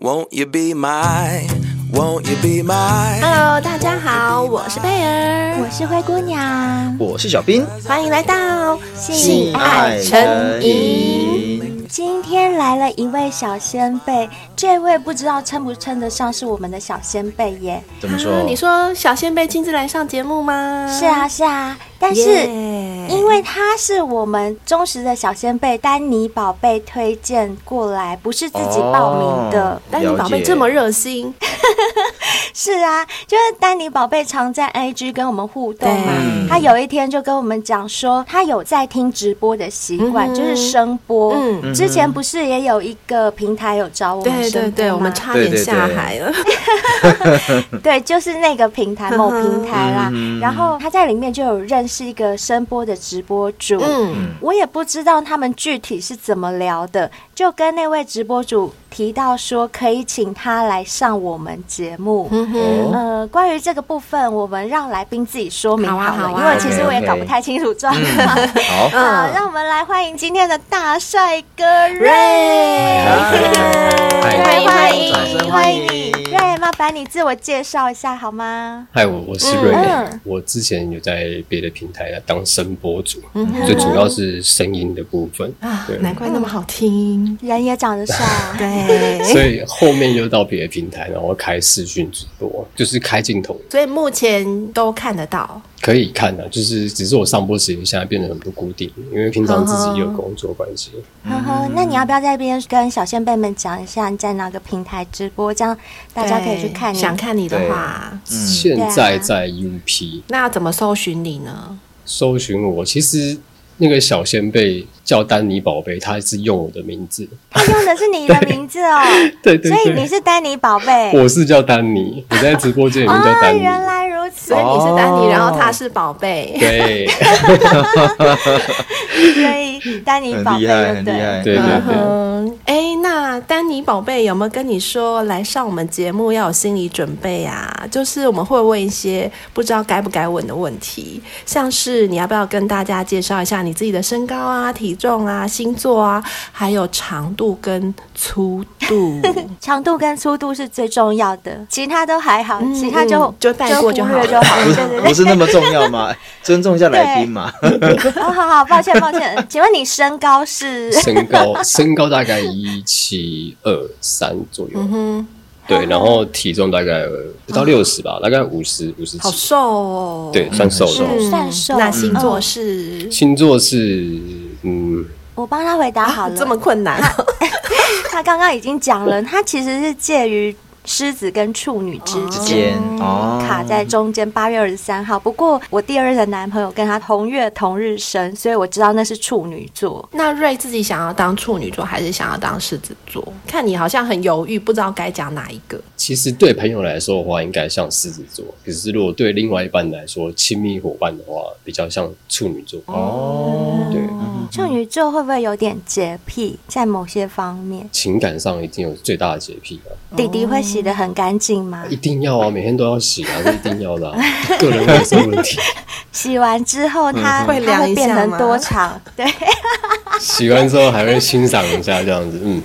Won't you be my? Won't you be my? Hello，大家好，我是贝儿，我是灰姑娘，我是小兵，欢迎来到性爱成瘾。瘾。今天来了一位小先辈，这位不知道称不称得上是我们的小先辈耶？怎么啊说？你说小仙贝亲自来上节目吗？是啊，，是啊，但是因为他是我们忠实的小先辈丹尼宝贝推荐过来，不是自己报名的。哦但你宝贝这么，热心，是啊，就是丹尼宝贝常在 IG 跟我们互动嘛对，他有一天就跟我们讲说，他有在听直播的习嗯惯，哼就是声波。嗯之前不是也有一个平台有找我们对声对波对，吗我们差点下海 了。对，就是那个平 台某平台啦嗯。然后他在里面就有认识一个声波的直播主，嗯，我也不知道他们具体是怎么聊的，就跟那位直播主提到说可以请他来上我们节目。嗯了解哼，哦呃，关于这个部分，我们让来宾自己说明好啊了，好啊因为其实我也 OK，OK 搞不太清楚状况。 好，好，嗯让我们来欢迎今天的大帅哥瑞，嗨欢迎欢掌迎声欢欢迎迎你，瑞，麻烦你自我介绍一下好吗？嗨，我我是瑞、嗯我之前有在别的平台啊当声播主，嗯哼最主要是声音的部分，嗯啊对，难怪那么好听。人也长得帅啊，对，所以后面又到别的平台，然后开视讯直播，就是开镜头所以目前都看得到。可以看的、就是只是我上播时间现在变得很不固定，因为平常自己嗯也有工作关系。 呵呵，那你要不要在这边跟小先辈们讲一下你在哪个平台直播，这样大家可以去看对你。想看你的话，嗯现啊在在 UP 那要怎么搜寻你呢？搜寻我，其实那个小先辈叫丹尼宝贝，他是用我的名字，他哎用的是你的名字哦，对对所以你对，是丹尼宝贝。我是叫丹尼，我在直播间里面叫哦，丹尼。原来如此所以，你是丹尼，哦然后他是宝贝。对所以丹尼宝很贝厉害，很厉对了。害。对对嗯 对，哼，哎，那丹尼宝贝有没有跟你说来上我们节目要有心理准备啊？就是我们会问一些不知道该不该问的问题，像是你要不要跟大家介绍一下你自己的身高啊、体重啊、星座啊，还有长度跟粗 度。长度跟粗度是最重要的，其他都还好，嗯其他就嗯就带过就就忽好略就好了。不对是对不对是那么重 要嘛，尊重一下来宾嘛。哦，好好，抱歉抱歉，请问你身高 是？身高身高大概一七二三左右，嗯哼，对，然后体重大概不到六十吧，大概五十五十好几，瘦哦。对，算瘦瘦的。嗯算瘦那星座嗯是、星座是嗯，我帮他回答好啊了，这 么困难、 他刚刚已经讲了，他其实是介于狮子跟处女之之间。间嗯哦，卡在中间，八月二十三号。不过我第二任的男朋友跟他同月同日生，所以我知道那是处女座。那瑞自己想要当处女座，还是想要当狮子座？看你好像很犹豫，不知道该讲哪一个。其实对朋友来说的话，应该像狮子座，可是如果对另外一半来说，亲密伙伴的话，比较像处女座。哦，对，嗯处女座会不会有点洁癖，在某些方面？情感上一定有最大的洁癖啊，哦弟弟会洗得很干净吗？哎一定要啊，每天都要洗啊，这一定要的啊、个人卫生问题。洗完之后它，它嗯会量会一下变吗成 多长？对洗完之后还会欣赏一下，这样 子，嗯，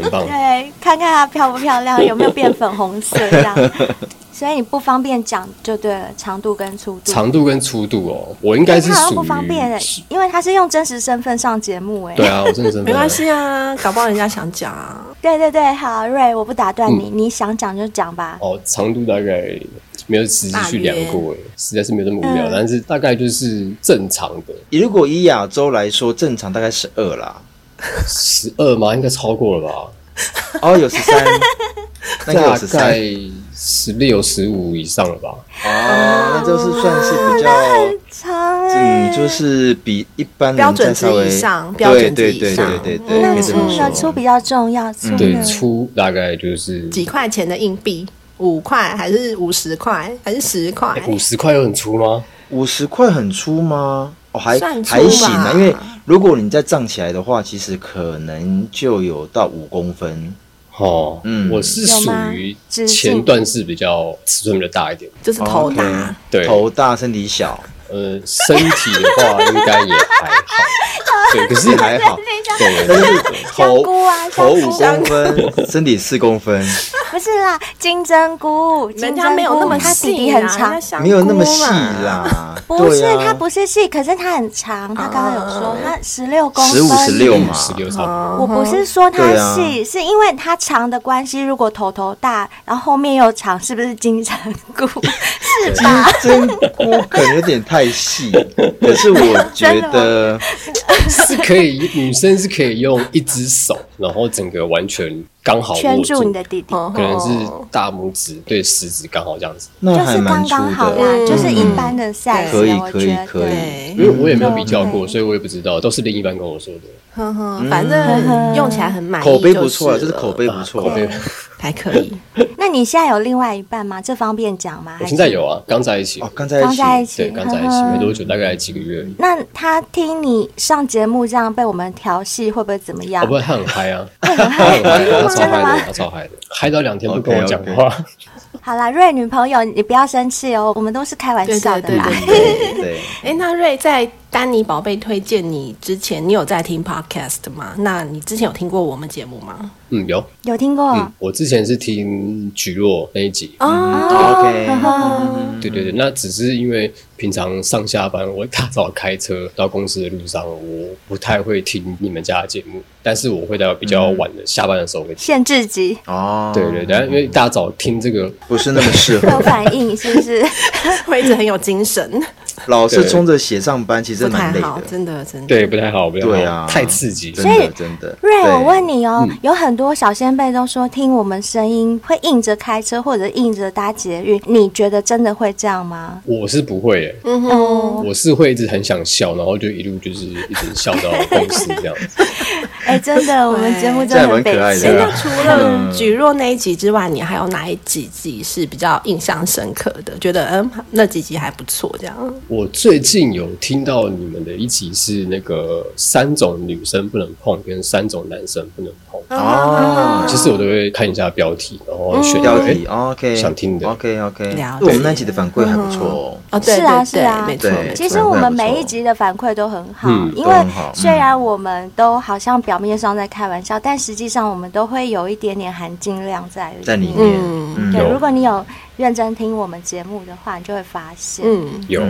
很棒。对，看看它漂不漂亮，有没有变粉红色这样。所以你不方便讲就对了，长度跟粗度。长度跟粗度哦，我应该是哎他好像属不于方便、因为他是用真实身份上节目哎、对啊，我真的真的没关。系啊，搞不好人家想讲啊。 对对对，好，瑞，我不打断你，嗯你想讲就讲嗯吧。哦，长度大概没有实际去量过，哎，实在是没有这么无聊，嗯但是大概就是正常的如果以亚洲来说，正常大概十二啦，十二吗？应该超过了吧？哦，有十三， 那个有大十三，概十六、十五以上了吧？哦，那就是算是哦比较，长哎、嗯，就是比一般人标准值再稍微以上对标准值对以对上对对对，那可以这粗么呢？说粗比较重要，粗呢？对，粗大概就是几块钱的硬币，五块还是五十块还是十块？哎五十块有很粗吗？五十块很粗吗？哦，还算粗吧还行啊，因为如果你再胀起来的话，其实可能就有到五公分。哦，嗯我是有属吗于直径前段是比较尺寸比较大一点，就是头大。 OK 对，头大身 体小，呃，身体的话应该也还好，对，可是也还好。那就是头香菇啊头五香公分，身体四公分，不是啦，金针菇，人金家针没有那菇么它细、啊，底底很长人家，啊香没有那么菇细嘛。啦。不是对啊它不是细，可是它很长。它刚刚有说它十六公分， 15 16嘛啊十六差不多。我不是说它对啊细，是因为它长的关系。如果头头大，然后后面又长，是不是金针 菇？是吧？针菇可能有点太 细，可是我觉得是可以，女生是可以用一只手，然后整个完全刚好圈握住你的弟弟，嗯可能是大拇指对食指刚好这样子。那就嗯还是蛮刚粗刚好啦的，，就是一嗯般的 size 可以我可以觉得可以对因为我也没有比较嗯过，所以我也不知道，都是另一半跟我说的。呵呵，哦反正用起来很满意，嗯口碑不错啊，就这是口碑不错。对，还可 以。那你现在有另外一半吗？这方便讲吗？我还现是在有啊，刚在一起哦，，刚刚在在一一起起，对，刚在一起呵呵没多久，大概几个月而已。那他听你上节目这样被我们调戏，会不会怎么样哦，？不，他很嗨啊，他很嗨，他超嗨的，他超嗨的，嗨到两天不跟我讲话。好啦，瑞女朋友，你不要生气哦，我们都是开玩对笑对的对啦。对对。对对， 哎，那瑞在丹尼宝贝推荐你之前，你有在听 podcast 吗？那你之前有听过我们节目吗？嗯，有，有听过？嗯，我之前是听菊若那一集，哦，OK， 对对对，那只是因为平常上下班，我大早开车到公司的路上，我不太会听你们家的节目，但是我会到比较晚的下班的时候会听。限制级哦，对对，对，因为大早听这个，不是那么适合 有。反应是不是？ 会一直很有精神，老是冲着血上班，其实不 太蛮累好，的。真的真的。对不太好，不太好，对啊太刺激。真所的以真的。瑞，对嗯我问你哦，有很多小先辈都说听我们声音会硬着开车或者硬着搭捷运，你觉得真的会这样吗？我是不会、欸，嗯哼，哦，我是会一直很想笑，然后就一路就是一直笑到公司这样子。哎，真的，我们节目真这的还很蛮悲可爱的情。对那啊除了举若那一集之外，你还有哪一几集是比较印象深刻的？觉得嗯，那几集还不错，这样。我最近有听到你们的一集是那个三种女生不能碰，跟三种男生不能碰。哦，啊其实我都会看一下标题，然后选嗯一个标哎题 OK，想听的 OK OK，了解对我们那期的反馈还不错哦。哦，对是啊对是啊对，没错对没错。其实我们每一集的反馈都很好，嗯因都为很好嗯虽然我们都好像表面上在开玩笑，但实际上我们都会有一点点含金量在在里面，嗯嗯，对，有如果你有认真听我们节目的话，你就会发现。嗯，有。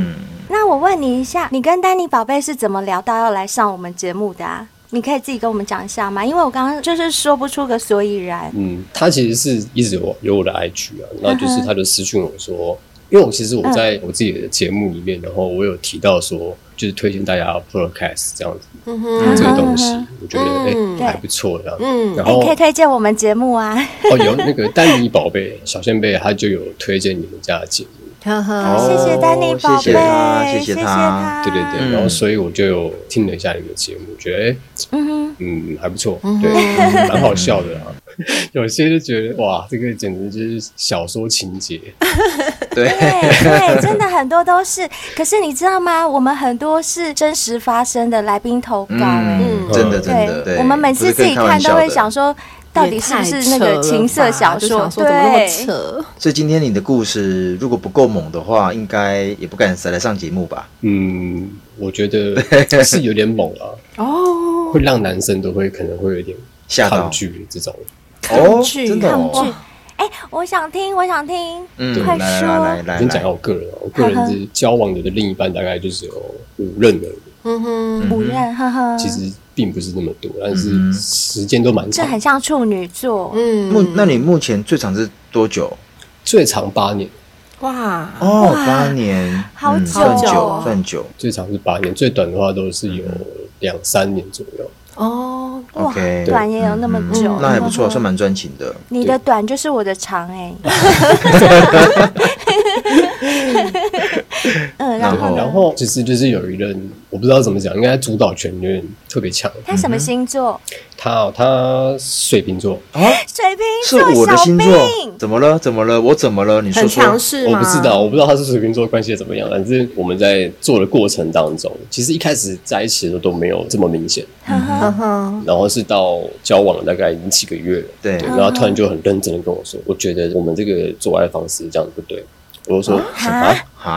那我问你一下，你跟丹尼宝贝是怎么聊到要来上我们节目的啊？你可以自己跟我们讲一下吗？因为我刚刚就是说不出个所以然。嗯，他其实是一直有有我的 IG 啊，嗯那就是他就私讯我说，因为我其实我在我自己的节目里面，然后我有提到说，就是推荐大家 podcast 这样子，嗯哼，这个东西，我觉得哎、嗯还不错这样。嗯然哦哎、后可以推荐我们节目啊！哦有那个丹尼宝贝小仙贝，他就有推荐你们家的节目，呵呵，哦谢谢丹尼宝贝，谢谢他谢谢谢他他对对对，嗯然后所以我就有听了一下你们的节目，觉得哎、嗯嗯还不错，对，嗯蛮好笑的啊。 有些就觉得哇，这个简直就是小说情节， 对哼，对对，真的很多都是。可是你知道吗？我们很多是真实发生的来宾投稿、哎、嗯，真的真的，对，对，我们每不次是自可以己看玩笑都会的想说，到底是不是那个情色小也太扯了说吧？就想？说怎么那么对，扯？所以今天你的故事如果不够猛的话，应该也不敢谁来上节目吧？嗯，我觉得是有点猛啊，哦，会让男生都会可能会有点吓到抗拒这种。哦，拒真的哦抗拒，哎、我想听，我想听，嗯，快来说。来来来我来先讲一下来，我个人啊，我个人是交往的另一半大概就是有五任的，嗯哼，不认，呵呵，其实并不是那么多，但嗯是时间都蛮这长很，像处女座。目嗯，那你目前最长是多久？最长八年，哇，哦，八年，好嗯久算哦久算久。最长是八年，最短的话都是有嗯两三年左右。哦，哇 OK，短也有那么嗯久嗯那还不错，算蛮专情的。你的短就是我的长 哎、嗯，然后对，呢然哦后其实就是有一任，我不知道怎么讲，应该主导权有点特别强。他什么星座？他哦，他水瓶座，哎啊，水瓶是座我的小星座病，，怎么了？怎么了？我怎么了？你很说强说。势我吗？不知道，我不知道他是水瓶座关系怎么样，但是我们在做的过程当中，其实一开始在一起的时候都没有这么明显， 嗯哼，然后是到交往了大概已经几个月了，对嗯然后他突然就很认真的跟我说，我觉得我们这个做爱方式这样不对，我就说啊啊，啊？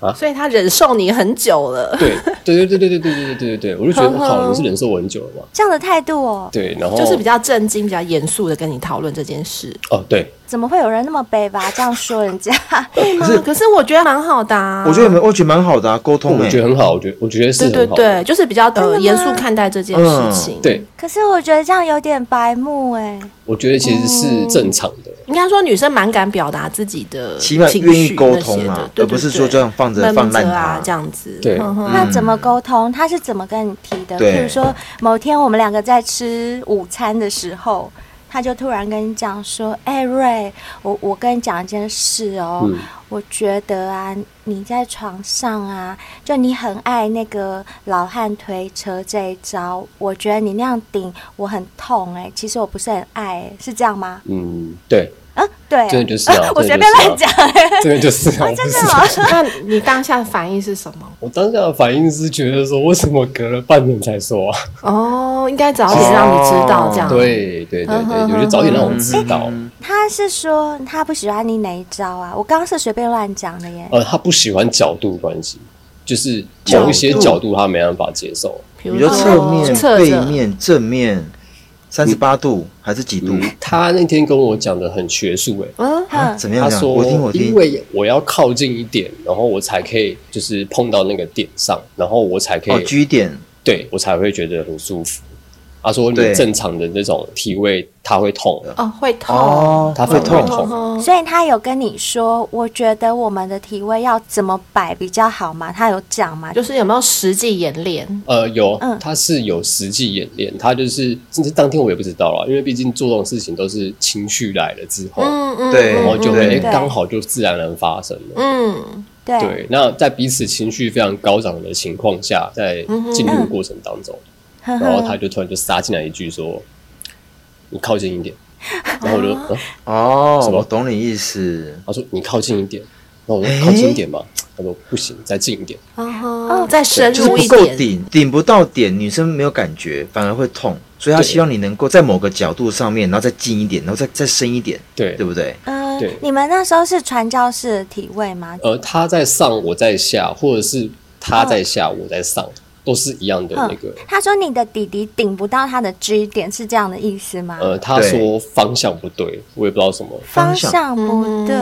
啊所以他忍受你很久了。对对对对对对对对对对对，我就觉得好，你是忍受我很久了嘛。这样的态度哦，对，然后就是比较震惊、比较严肃的跟你讨论这件事，哦，对，怎么会有人那么卑吧？ 这样说人家，对吗？可是我觉得蛮好的、啊，我觉得蛮，我觉得蛮好的啊，沟通、欸。我觉得很好，我觉得我觉得是对对很好的。对，就是比较的呃吗严肃看待这件嗯事情。对，可是我觉得这样有点白目哎、嗯我觉得其实哦是正常的。应该说女生蛮敢表达自己的起码情愿意绪沟那通些啊的对而不对是对说这样放着闷放烂着它啊，这样子。对哼嗯哼嗯那怎么沟通？他是怎么跟你提的？对譬如说，某天我们两个在吃午餐的时候，他就突然跟你讲说：“哎、瑞，我我跟你讲一件事哦，嗯我觉得啊，你在床上啊，就你很爱那个老汉推车这一招，我觉得你那样顶我很痛哎、其实我不是很爱、哎是这样吗？嗯，对，啊，对，真的就是啊 我随真的便就是啊乱讲、哎这个就是 啊，我真不的是吗？ 那你当下反应是什么？我当下的反应是觉得说，为什么隔了半年才说啊？哦，应该早点让你知道哦这样。，哦对对对嗯对，我觉得早点让我知道。他是说他不喜欢你哪一招啊？我刚刚是随便乱讲的耶。呃，他不喜欢角度关系，就是某一些角度他没办法接受。比你如说侧哦面、侧背着面、正面，三十八度还是几度？嗯他那天跟我讲的很学术诶、嗯，啊怎么样？他怎么样我说听我听因。为我要靠近一点，然后我才可以就是碰到那个点上，然后我才可哦以、 ，G 点对我才会觉得很舒服。他说你对正常的那种体位，他会痛，哦，会痛。哦，他会反而会痛。痛。哦所以他有跟你说，我觉得我们的体位要怎么摆比较好吗？他有讲吗？就是有没有实际演练？呃，有嗯，他是有实际演练，他就是，甚至当天我也不知道啦，因为毕竟做这种事情都是情绪来了之后，嗯嗯，对然后就会对诶刚好就自然而然发生了。嗯，对，对，那在彼此情绪非常高涨的情况下，在进入的过程当中，呵然后他呵，就突然就杀进来一句说：“你靠近一点。”然后我就，嗯哦什，么我懂你意思。他说：“你靠近一点。”然后我说：“靠近一点嘛。”他说：“不行，再近一点。哦，再深就是入不一够点。顶，顶不到点，女生没有感觉，反而会痛，所以她对希望你能够在某个角度上面，然后再近一点，然后再再深一点，”对对，不对？嗯、对你们那时候是传教士的体位吗？呃，他在上，我在下，或者是他在下，我在上，都是一样的嗯那个。他说你的底底顶不到他的 G 点，是这样的意思吗？呃，他说方向不对，我也不知道什么。方方向向不对，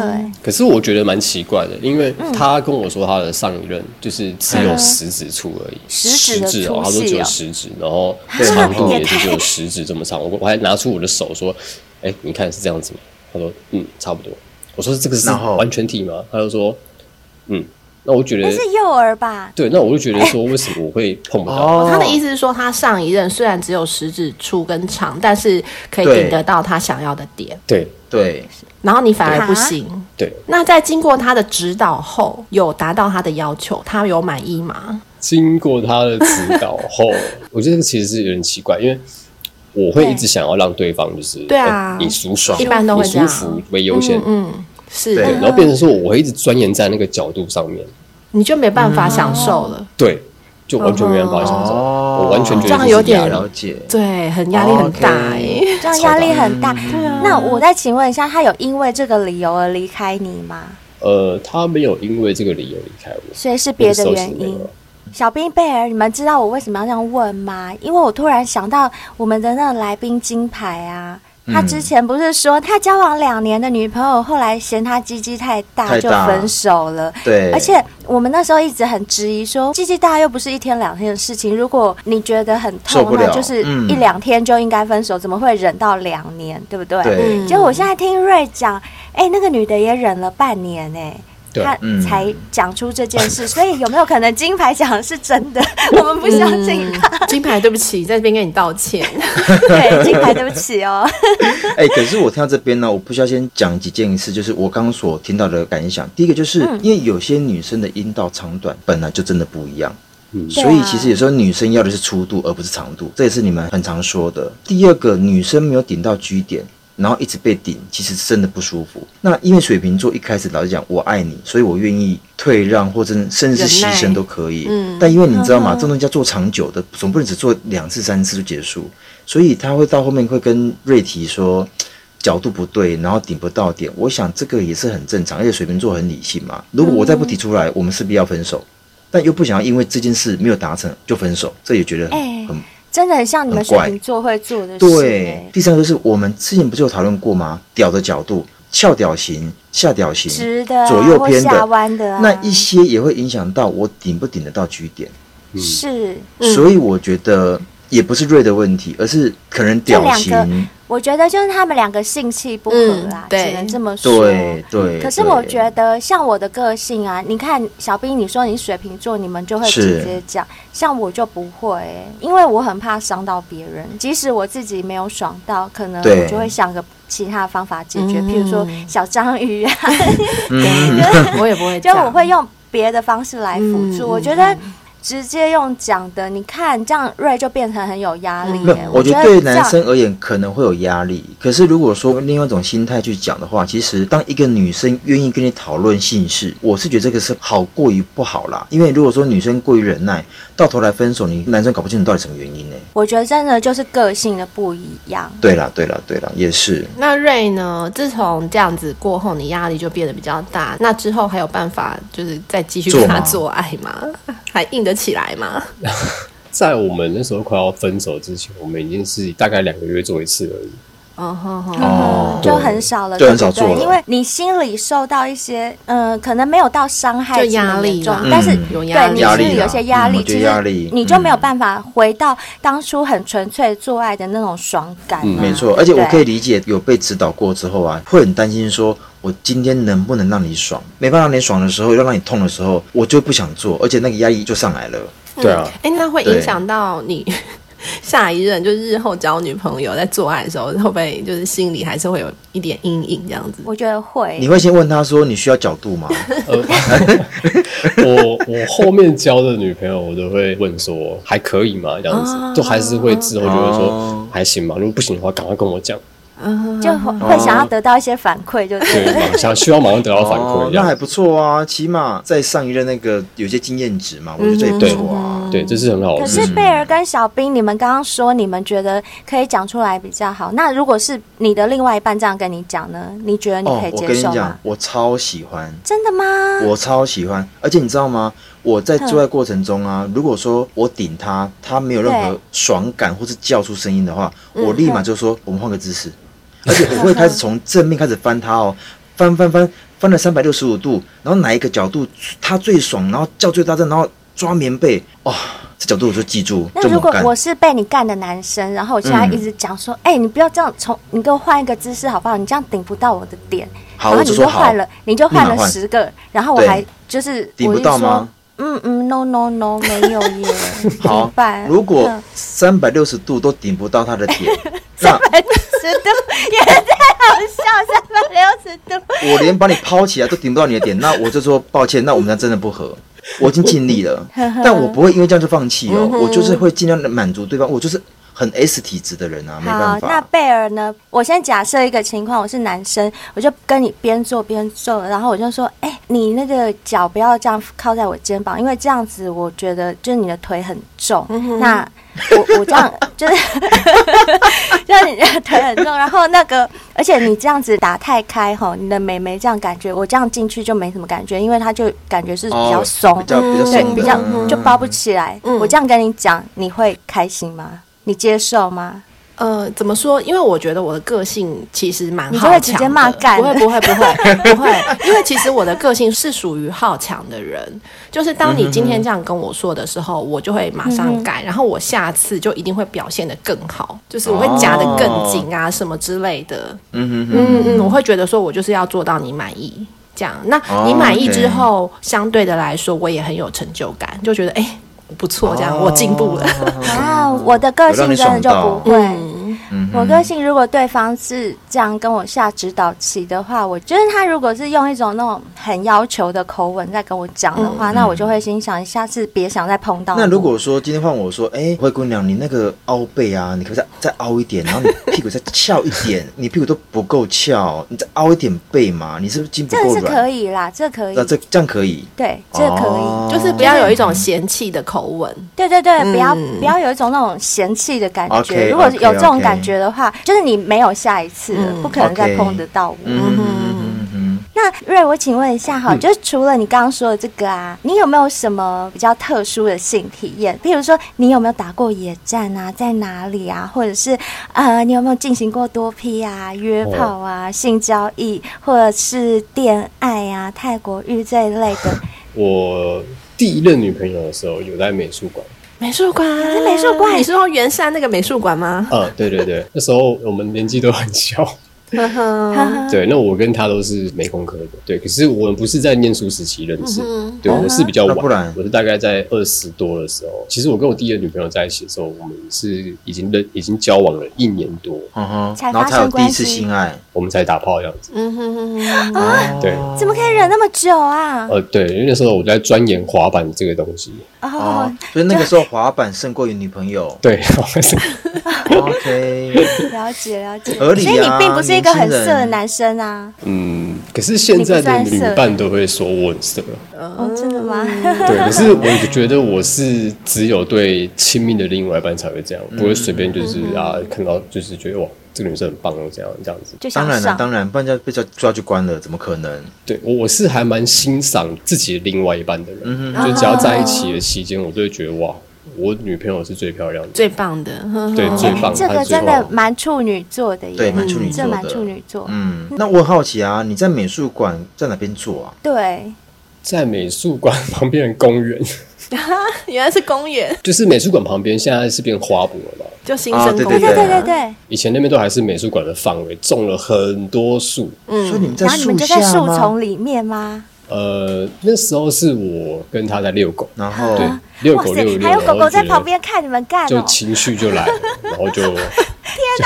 可是我觉得蛮奇怪的，嗯因为他跟我说他的上一任就是只有食指粗而已，食指的食指哦，粗细他哦说只有食指，然后对长度也也就太只有食指这么长。我我还拿出我的手说，哎，你看是这样子吗？他说，嗯，差不多。我说这个是然后完全体吗？他就说，嗯，那我觉那得是幼儿吧？对，那我就觉得说为什么我会碰不哦到？哦他的意思是说，他上一任虽然只有食指粗跟长，但是可以对顶得到他想要的点，对对，然后你反而不行。对，那在经过他的指导后，有达到他的要求，他有满意吗？经过他的指导 后，我觉得这个其实是有点奇怪，因为我会一直想要让对方就是对啊呃以舒爽，一般都会以这舒样服为优先。嗯，嗯是对对，然后变成说我会一直钻研在那个角度上面，你就没办法享受了，对，就完全没办法想象，哦我完全觉得嗯这样是有点压力了解。对，很压力很大哎、 OK 这样压力很大。那我再请问一下，他有因为这个理由而离开你吗？呃，他没有因为这个理由离开我，所以是别的那个时候原是没因有。小兵贝尔，你们知道我为什么要这样问吗？因为我突然想到我们的那个来宾金牌啊，嗯他之前不是说他交往两年的女朋友，后来嫌他鸡鸡太大太就大分手了。对，而且我们那时候一直很质疑说，鸡鸡大又不是一天两天的事情，如果你觉得很受痛不的话，了就是嗯一两天就应该分手，怎么会忍到两年，对不对？对嗯结果我现在听瑞讲，哎、那个女的也忍了半年哎、对她嗯才讲出这件事， 所以有没有可能金牌讲的是真的？ 我们不相信她。金牌，对不起，在这边跟你道歉。 对，金牌，对不起 哦。 哎、可是我听到这边呢，我必须要先讲几件事，就是我刚刚所听到的感想。第一个就是、嗯因为有些女生的阴道长短本来就真的不一样，对啊所以其实有时候女生要的是粗度而不是长度，这也是你们很常说的。第二个，女生没有顶到 G 点。然后一直被顶，其实真的不舒服。那因为水瓶座一开始老是讲我爱你，所以我愿意退让或者甚至是牺忍牲耐都可以。嗯但因为你知道吗？这种东西要做长久的，总不能只做两次三次就结束。所以他会到后面会跟瑞提说，角度不对，然后顶不到点，我想这个也是很正常，而且水瓶座很理性嘛。如果我再不提出来，我们势必要分手，但又不想要因为这件事没有达成就分手，这也觉得很、哎很真的很像你们很水怪瓶座会做的事、对欸。，第三个就是我们之前不是有讨论过吗？屌的角度，翘屌型、下屌型、直的、啊、左右偏或下弯的、啊，那一些也会影响到我顶不顶得到居点。是嗯所以我觉得也不是瑞的问题，而是可能屌这两型。我觉得就是他们两个性气不合啦嗯，对只能这么说。嗯对对。可是我对觉得，像我的个性啊，你看小兵，你说你水瓶座，你们就会是直接讲，像我就不会、因为我很怕伤到别人，即使我自己没有爽到，可能对我就会想个其他方法解决，嗯譬如说小章鱼 啊，嗯我也不会这就样，我会用别的方式来辅助。嗯我觉得直接用讲的，你看这样瑞就变成很有压力、没有欸。我觉觉得得对这男样生而言可能会有压力，可是如果说用另外一种心态去讲的话，其实当一个女生愿意跟你讨论性事，我是觉得这个是好过于不好啦。因为如果说女生过于忍耐，到头来分手，你男生搞不清楚到底什么原因呢、我觉得真的就是个性的不一样。对啦，对啦，对啦，也是。那瑞呢？自从这样子过后，你压力就变得比较大。那之后还有办法，就是再继续做跟他吗做爱吗？还硬得起来吗？在我们那时候快要分手之前，我们已经是大概两个月做一次而已。哦吼吼，哦嗯就很少了，就很对不少做对了因为你心里受到一些，嗯、可能没有到伤害就这么压力严重啦，但是嗯有压对力你压心力里啦有些压嗯力，我觉就得是压力嗯你就没有办法回到当初很纯粹做爱的那种爽感、嗯没错，而且我可对以理解，有被指导过之后啊，会很担心说，我今天能不能让你爽？没办法让你爽的时候，要让你痛的时候，我就不想做，而且那个压力就上来了。嗯对啊，哎、那会对影响到你 下一任，就是日后交女朋友在做爱的时候，会不会就是心里还是会有一点阴影这样子？我觉得会。你会先问他说，你需要角度吗？呃， 我我后面交的女朋友，我都会问说还可以吗？这样子，就还是会之后就会哦说还行吧。如果不行的话，赶快跟我讲。嗯，就会会想要得到一些反馈，就对对了。，马上需要马上得到 反馈哦，这那样还不错啊，起码在上一任那个有些经验值嘛，我觉得这也不错嗯啊。对，这是很好可的是事情。贝尔跟小兵，你们刚刚说你们觉得可以讲出来比较好。那如果是你的另外一半这样跟你讲呢，你觉得你哦嗯可以，我跟接你受讲吗？，我超喜欢，真的吗？我超喜欢，而且你知道吗？我嗯在做爱过程中啊，如果说我顶他，他没有任对嗯何爽感或是叫出声音的话，我立马就说我们换个姿势，而且我会开始从正面开始翻他哦，翻翻翻翻了三百六十五度，然后哪一个角度他最爽，然后叫最大声，然后抓棉被，哇、这角度我就记住，那这如么果干。嗯我是被你干的男生，然后我现在一直讲说，哎、你不要这样，从你给我换一个姿势好不好？你这样顶不到我的点，好然后我就你说就好换了，你就换立马了换十个，然后我对还就是顶我不就到说吗，嗯嗯，no no no，没有耶，怎么 好办？，如果嗯三百六十度都顶不到他的 点，那十度也太好笑，三百六十度，我连把你抛起来都顶不到你的点，那我就说抱歉，那我们俩真的不 合。我已经尽力了，但我不会因为这样就放弃嗯哦，我就是会尽量的满足对方，我就是很 S 体质的人啊，没好办，那法。贝尔呢？我先假设一个情况，我是男生，我就跟你边做边做，然后我就说，哎、你那个脚不要这样靠在我肩膀，因为这样子我觉得就是你的腿很重。那我我这样就是就是你的腿很重，然后那个，而且你这样子打太开吼，你的美眉这样感觉，我这样进去就没什么感觉，因为它就感觉是比较松，哦比较比较对松，的，比较嗯就包不起来。嗯我这样跟你讲，你会开心吗？你接受吗？呃，怎么说？因为我觉得我的个性其实蛮你就好强的，会直接骂干不会不会不会不会，因为其实我的个性是属于好强的人，就是当你今天这样跟我说的时候，我就会马上嗯改，然后我下次就一定会表现得更好，就是我会夹得更紧啊什么之类的。嗯哼嗯嗯，我会觉得说我就是要做到你满意。这样，那哦你满意之 OK 后相对的来说，我也很有成就感，就觉得哎、不错，这样、我进步了。啊，我的个性真的就不会。嗯，我个性如果对方是这样跟我下指导棋的话，我觉得他如果是用一种那种很要求的口吻在跟我讲的嗯话，那我就会心想，下次别想再碰到我。那如果说今天换我说，哎、灰姑娘，你那个凹背啊，你可不可以再再凹一点，然后你屁股再翘一点，你屁股都不够翘，你再凹一点背嘛，你是不是筋不这个够是可软？以啦，这可以那，这这样可以，对，这可以哦，就是不要有一种嫌弃的口吻。对对对，不要嗯不要有一种那种嫌弃的感觉。 OK，如果 OK，有这种 OK 感觉的话，就是你没有下一次了，嗯不可能再 OK 碰得到我。嗯哼嗯哼嗯那瑞，我请问一下哈，就是除了你刚刚说的这个啊，你有没有什么比较特殊的性体验？比如说，你有没有打过野战啊？在哪里啊？或者是呃，你有没有进行过多批啊、约哦炮啊、性交易，或者是恋爱啊、泰国浴这一类的？ 我第一任女朋友的时候有在美术馆，美术馆，在美术馆你是说圆山那个美术馆吗？啊，对对对，那时候我们年纪都很小，呵呵哈哈对，那我跟他都是没工科的，对，可是我们不是在念书时期认识，对，我是比较哦那不晚然，我是大概在二十多的时候，其实我跟我第一个女朋友在一起的时候，我们是已经认已经交往了一年多，嗯哼，才然后发才有生第一关次系性爱，哦我们才打炮这样子，嗯哼哼哼哼，啊，对，怎么可以忍那么久啊？呃，对，因为那时候我在钻研滑板这个东西，。哦哦，，所以那个时候滑板胜过于女朋友对，好像是 OK， 了解了解，合理所啊以你并不是一个很色年轻的人男生啊。嗯，可是现在的女伴都会说我很色，哦，真的吗？嗯对，可是我觉得我是只有对亲密的另外一半才会这样，不会随便就是啊看到就是觉得哇这个女生很棒哦这样这样子。 就想当然了，上。当然，不然就被抓抓去关了，怎么可能？对我我是还蛮欣赏自己的另外一半的人，就只要在一起的哦期间，我都会觉得哇，我女朋友是最漂亮的，最棒的，呵呵对最棒，这她个最真的后蛮处女座的耶，嗯对，蛮处女座这的。蛮处女座。嗯，那我很好奇啊，你在美术馆在哪边做啊？对，在美术馆旁边的公园，原来是公园，就是美术馆旁边现在是变花博了嘛。就新生公对对园对对对对对啊对，以前那边都还是美术馆的范围，种了很多树，所以你们嗯在然后你树们就下在树吗？丛里面吗？呃，那时候是我跟他在遛狗，然后对，遛狗遛一遛，还有狗狗在然后觉得旁边看你们干哦！就天情绪就来了，然后就哪，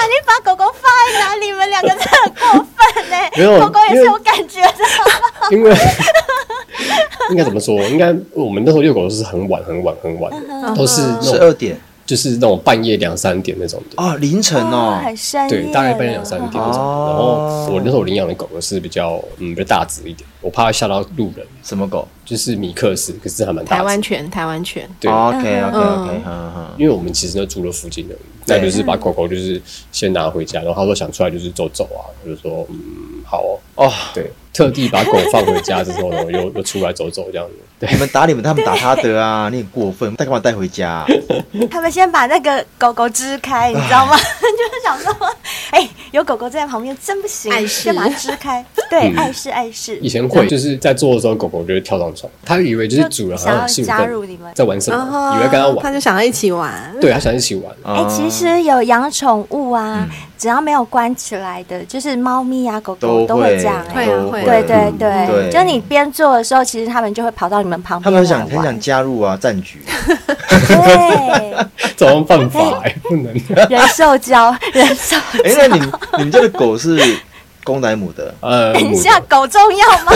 你把狗狗放在哪里？你们两个真的很过分呢没有。狗狗也因是为有感觉的， 因为应该怎么说？应该我们那时候遛狗是很晚很晚很晚的，都是十那二种点就是那种半夜两三点那种的。哦，凌晨哦哦，很深夜对，了。大概半夜两三点那种的。哦然后我那时候领养的狗狗是比较嗯比较大只一点，我怕吓到路人，什么狗就是米克斯，可是还蛮台大湾只。犬，台湾犬，对， ？OK OK OK，嗯哼，因为我们其实呢住了附近的，那就是把狗狗就是先拿回家，然后他说想出来就是走走啊，我就说嗯好哦，哦，对，特地把狗放回家之后呢，又又出来走走这样子，对你们打你们，他们打他的啊，你很过分，带干嘛带回家啊？他们先把那个狗狗支开，你知道吗？ 就是想说，哎，有狗狗在旁边真不行碍，事先把它支开。对，嗯碍事碍事以。前会就是在做的时候，狗狗就会跳上床，它以为就是主人好像很兴就想要加入奋你们，在玩什然后么，以为跟它他 玩，就想要一起玩，对，它想一起玩。哎、哦嗯其实有养宠物啊，只要没有关起来的，就是猫咪啊、狗狗都都会这样、会哎，啊都会啊对对嗯对，对就你边做的时候，其实他们就会跑到你们旁他边来们很玩。想很想加入啊，战 局。对，怎么办法、欸？不能。人兽交，人兽哎，那你们你们家的狗是公的还是母 的？呃，等一母下，的狗重要 吗？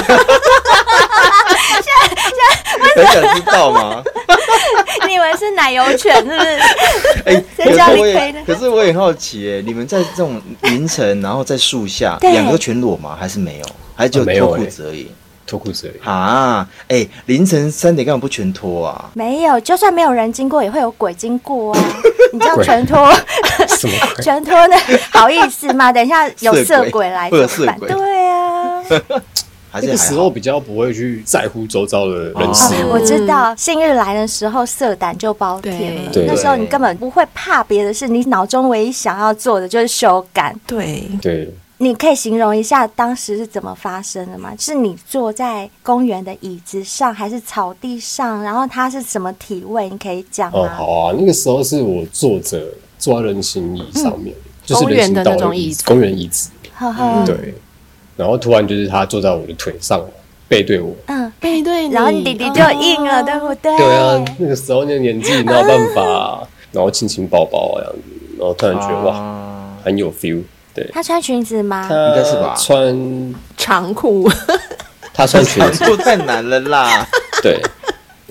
很想知道 吗？你以为是奶油犬是不是？哎，在可是家里我可以也的可是我也很好奇，哎，你们在这种凌晨，然后在树下，对两个都全裸吗？还是没有？还是就啊没有脱裤哎子而已？脱裤 子而已。啊，哎，凌晨三点干嘛不全脱啊？没有，就算没有人经过，也会有鬼经过 啊。你这样鬼全脱，什么鬼？全脱呢？好意思吗？等一下有色色鬼鬼来会有怎么办？色鬼对啊。还那是个还时候好？比较不会去在乎周遭的人 事哦物。我知道，幸运来的时候，色胆就包天了。对那时候你根本不会怕别的事，你脑中唯一想要做的就是修改。对，对，你可以形容一下当时是怎么发生的吗？是你坐在公园的椅子上，还是草地上？然后它是什么体位？你可以讲哦，吗？好啊，那个时候是我坐着坐在人行椅上面，就是公人园行的道那种椅椅子公园椅子。呵呵，对，然后突然就是他坐在我的腿上，背对我。嗯，背对你，然后你弟弟就硬了，哦对不对？对啊，那个时候那个年纪哪有办法、然后亲亲抱抱啊，这样子，然后突然觉得、哇，啊很有 feel。对，他穿裙子吗？应该是吧穿长裤，他穿裙想子，做太难了啦。 对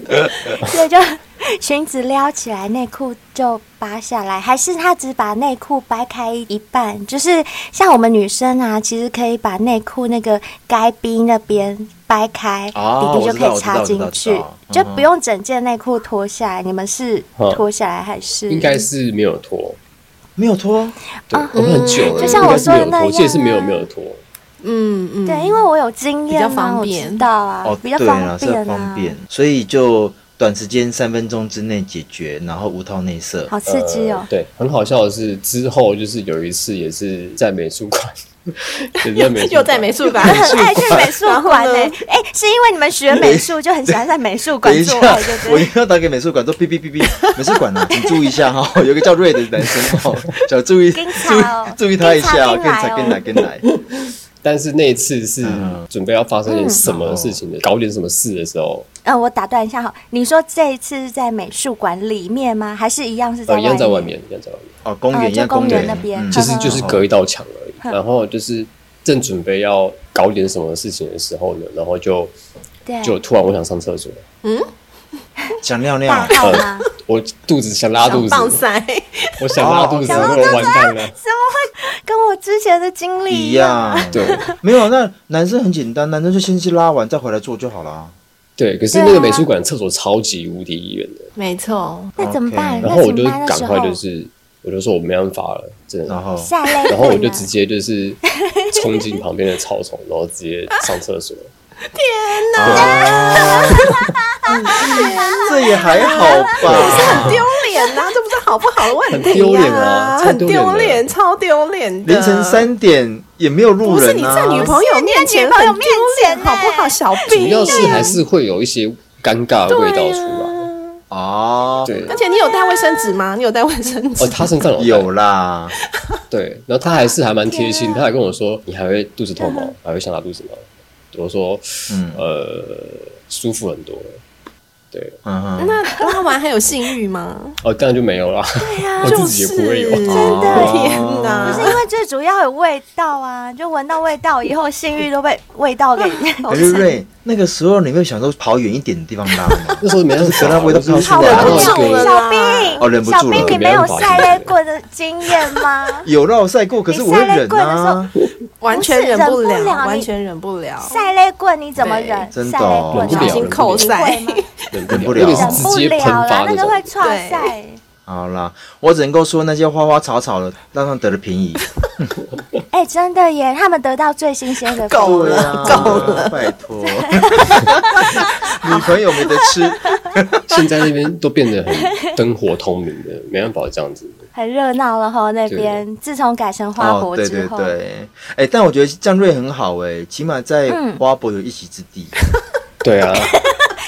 对，就裙子撩起来，内裤就扒下来，还是他只把内裤掰开一半？就是像我们女生啊，其实可以把内裤那个该逼那边掰开，哦弟弟就可以我知道插我知进道去我知道，嗯我知就道不用整件内裤脱下来。你们是嗯脱下来还是？啊应该是没有脱，没有拖，对，我们很久了，嗯就像应该我是说的没有拖，那我记得是样没有啊没有拖，嗯嗯，对，因为我有经比验较嘛，方我便知道啊，哦，比较对啦方是便啊，方便，所以就短时间三分钟之内解决，然后无套内射。好刺激哦呃。对，很好笑的是，之后就是有一次也是在美术馆， 也在美术又馆在美术呃 我馆， 哎很爱哎去美术馆呢、然哎、是因为你们学美术就很喜欢在美术馆等一做下爱，对，不我一对？定要打给美术馆说哔哔 哔哔，美术馆啊，请注意一下哈、 有个叫瑞的男生哦，小注 意注警意察哦注意他一下、哦，警跟察来进跟来来哦跟来， 但是那一次是嗯准备要发生点什么事情的，搞点什么事的时候，嗯，我打断一下哈，你说这一次是在美术馆里面吗？还是一样是在呃，外一面？样在外面，一样在外面，哦，公哦园一就样，公园园那边嗯就呵是呵就是隔一道墙而已。然后就是正准备要搞点什么事情的时候呢，然后就对，就突然我想上厕所，想尿大尿，号吗？我肚子想拉肚想子，棒塞，我想拉肚子，想我拉说完蛋怎么了。会 跟我之前的经历一？样，对 没有，那男生很简单，男生就先去拉完再回来做就好了啊。对，可是对啊那个美术馆厕所超级无敌远的，没错，那怎么办？然那后我怎就么办？那赶时候快就是，我就说我没办法了，真的然。后下泪痕啊，然后我就直接就是冲进旁边的草丛，然后直接上厕所。啊，这也还好吧。丢脸呐，这不是好不好的问题、很丢脸啊很超丢丢脸脸，超丢脸的。凌晨三点也没有路不是人你啊，在女朋友面前很丢脸，好不好，小啊主兵？要是还是会有一些尴尬的味道出啊来。哦，对，啊而且你有带卫生纸吗？你有带卫生纸哦，？他身上有带有啦，对，然后他还是还蛮贴哦心，他还跟我说：“你还会肚子痛嗯吗？还会想拉肚子吗？”我说：“嗯呃，舒服很多了。”对，嗯哼，那拉完还有性欲吗？哦，当然就没有啦。啊 我就哦自己也是，不会有真哦的天不是哪！因为最主要有味道啊，就闻到味道以后，性欲都被味道给哎瑞瑞，那个时候你没有想说跑远一点的地方拉吗？那时候没办法，可能味道飘出好来然忍后不一住个了 小啦兵，哦忍不小住了？兵，你没有晒泪过的经验吗 有啦，我晒过，可是我会忍你晒得啊过，完全忍不不是忍不了，了完你全忍不了。晒泪棍你怎么忍？真的晒泪哦棍忍不了小心扣塞你会吗忍忍不不了，了那个忍是直不接喷了啦发，那那个会种。串对塞。好啦，我只能够说那些花花草草的，让他们得了便宜。哎，真的耶，他们得到最新鲜的服务够对了，啊，够了， 拜 托，女朋友没得吃，现在那边都变得很灯火通明的，没办法这样子。很热闹了哈。那边自从改成花哦，火对之对后，对，哎，但我觉得江瑞很好哎，起码在嗯花博有一席之地。对 啊，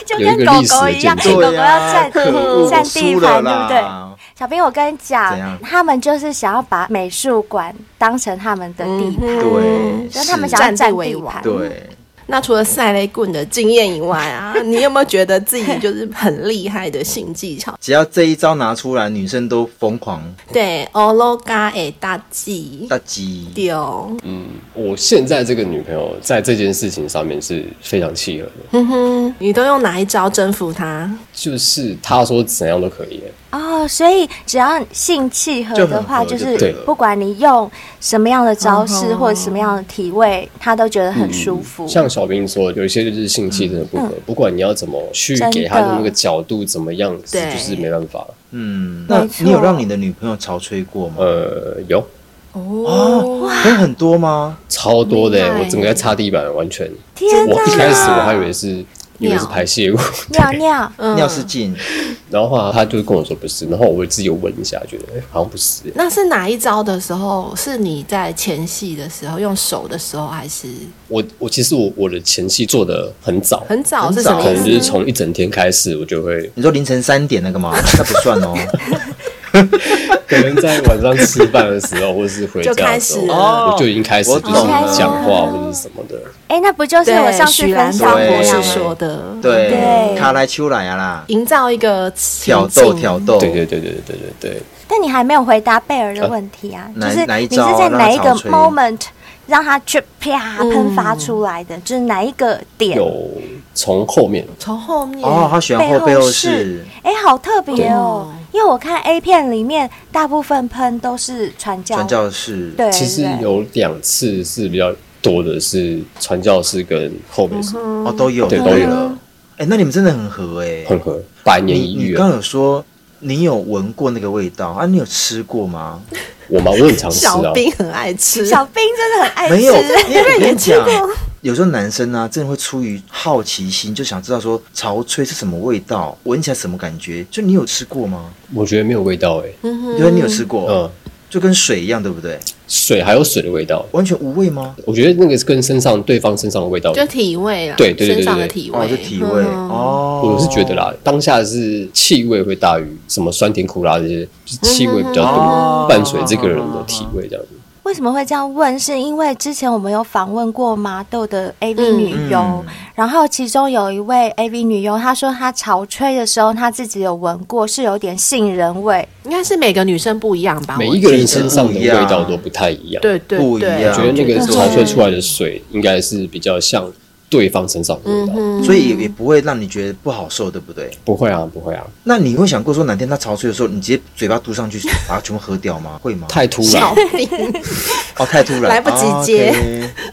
就有一跟个狗历史狗的一样，见证 狗狗对要呀啊站，可恶，占我地输了盘，对不对？啦。小兵，我跟你怎讲样，他们就是想要把美术馆当成他们的地盘，嗯对，就是他们是想要占地占为地王盘。对，那除了赛雷棍的经验以外啊， 你有没有觉得自己就是很厉害的性技巧？只要这一招拿出来，女生都疯狂对，e 欧罗嘎诶大忌大鸡。丢，我现在这个女朋友在这件事情上面是非常契合的，哼哼，你都用哪一招征服他？就是她说怎样都可以。哦，所以只要性契合的话，就很合是就对了不管你用什么样的招嗯式哼或者什么样的体位，他都觉得很舒服。嗯像小兵说，有一些就是性嗯气真的不合，不管你要怎么去给她的那个角度怎么样，是对就是没办法。嗯，那没错你有让你的女朋友潮吹过吗？呃，有哦，有很多吗？超多的明白欸，我整个在擦地板，完全。天我一哪，开始我还以为是以为是排泄物， 尿尿，嗯尿失禁，然后后来他就跟我说不是，然后我自己又闻一下，觉得哎好像不是欸。那是哪一招的时候？是你在前戏的时候用手的时候，还是我我其实我我的前期做的很早，很早很是什么可意能思？就是从一整天开始，我就会你说凌晨三点那 个吗？那不算哦。可能在晚上吃饭的时候，或者是回家就的时开始了哦哦候，我就已经开始我就懂是了讲话或者是什么的。哎，那不就是我上次许兰分享芳对博的士吗？说的，，对，对卡来秋来啊啦，营造一个情挑逗境挑逗，对对对对对对对，但你还没有回答贝尔的问题啊，呃就哪是哪一你招是在哪一让个他潮吹 moment 让他去啪喷发出来嗯的，就是哪一个点？有从后面从后面哦，他喜欢后背后是，哎、好特别哦哦！因为我看 A 片里面大部分喷都是传教，传教士，对，其实对有两次是比较多的是传教士跟后面是哦都有，对就都对有了。哎，那你们真的很合哎。混合，百年你一嗯你遇刚啊。有说你有闻过那个味道啊？你有吃过吗？我嘛，我很常吃小啊。兵很爱吃，小兵真的很爱吃， 没有，因为我跟你讲，有时候男生啊，真的会出于好奇心，就想知道说潮吹是什么味道，闻起来什么感觉。就你有吃过吗？我觉得没有味道诶、欸，对、为你有吃过，嗯，就跟水一样，对不对？水还有水的味道，完全无味吗？我觉得那个是跟身上对方身上的味道。就体味啦，啊对对对对身上的对体味，哦，就体味、嗯哦，我是觉得啦，当下是气味会大于什么酸甜苦辣这些，就是气味比较哦多，伴随这个人的体味这样子。为什么会这样问？是因为之前我们有访问过麻豆的 AV 女优，嗯然后其中有一位 AV 女优，她说她潮吹的时候，她自己有闻过，是有点杏仁味。应该是每个女生不一样吧？每我一个人身上的味道都不太一样。对对不一嗯对，样我觉得那个对潮吹出来的水应该是比较像对方身上的味嗯道。所以也也不会让你觉得不好受，对不对？不会啊，不会啊，那你会想过说哪天他潮吹的时候，你直接嘴巴嘟上去，把它全部喝掉 吗？会吗？太突小然，兵哦，太突然，来不及接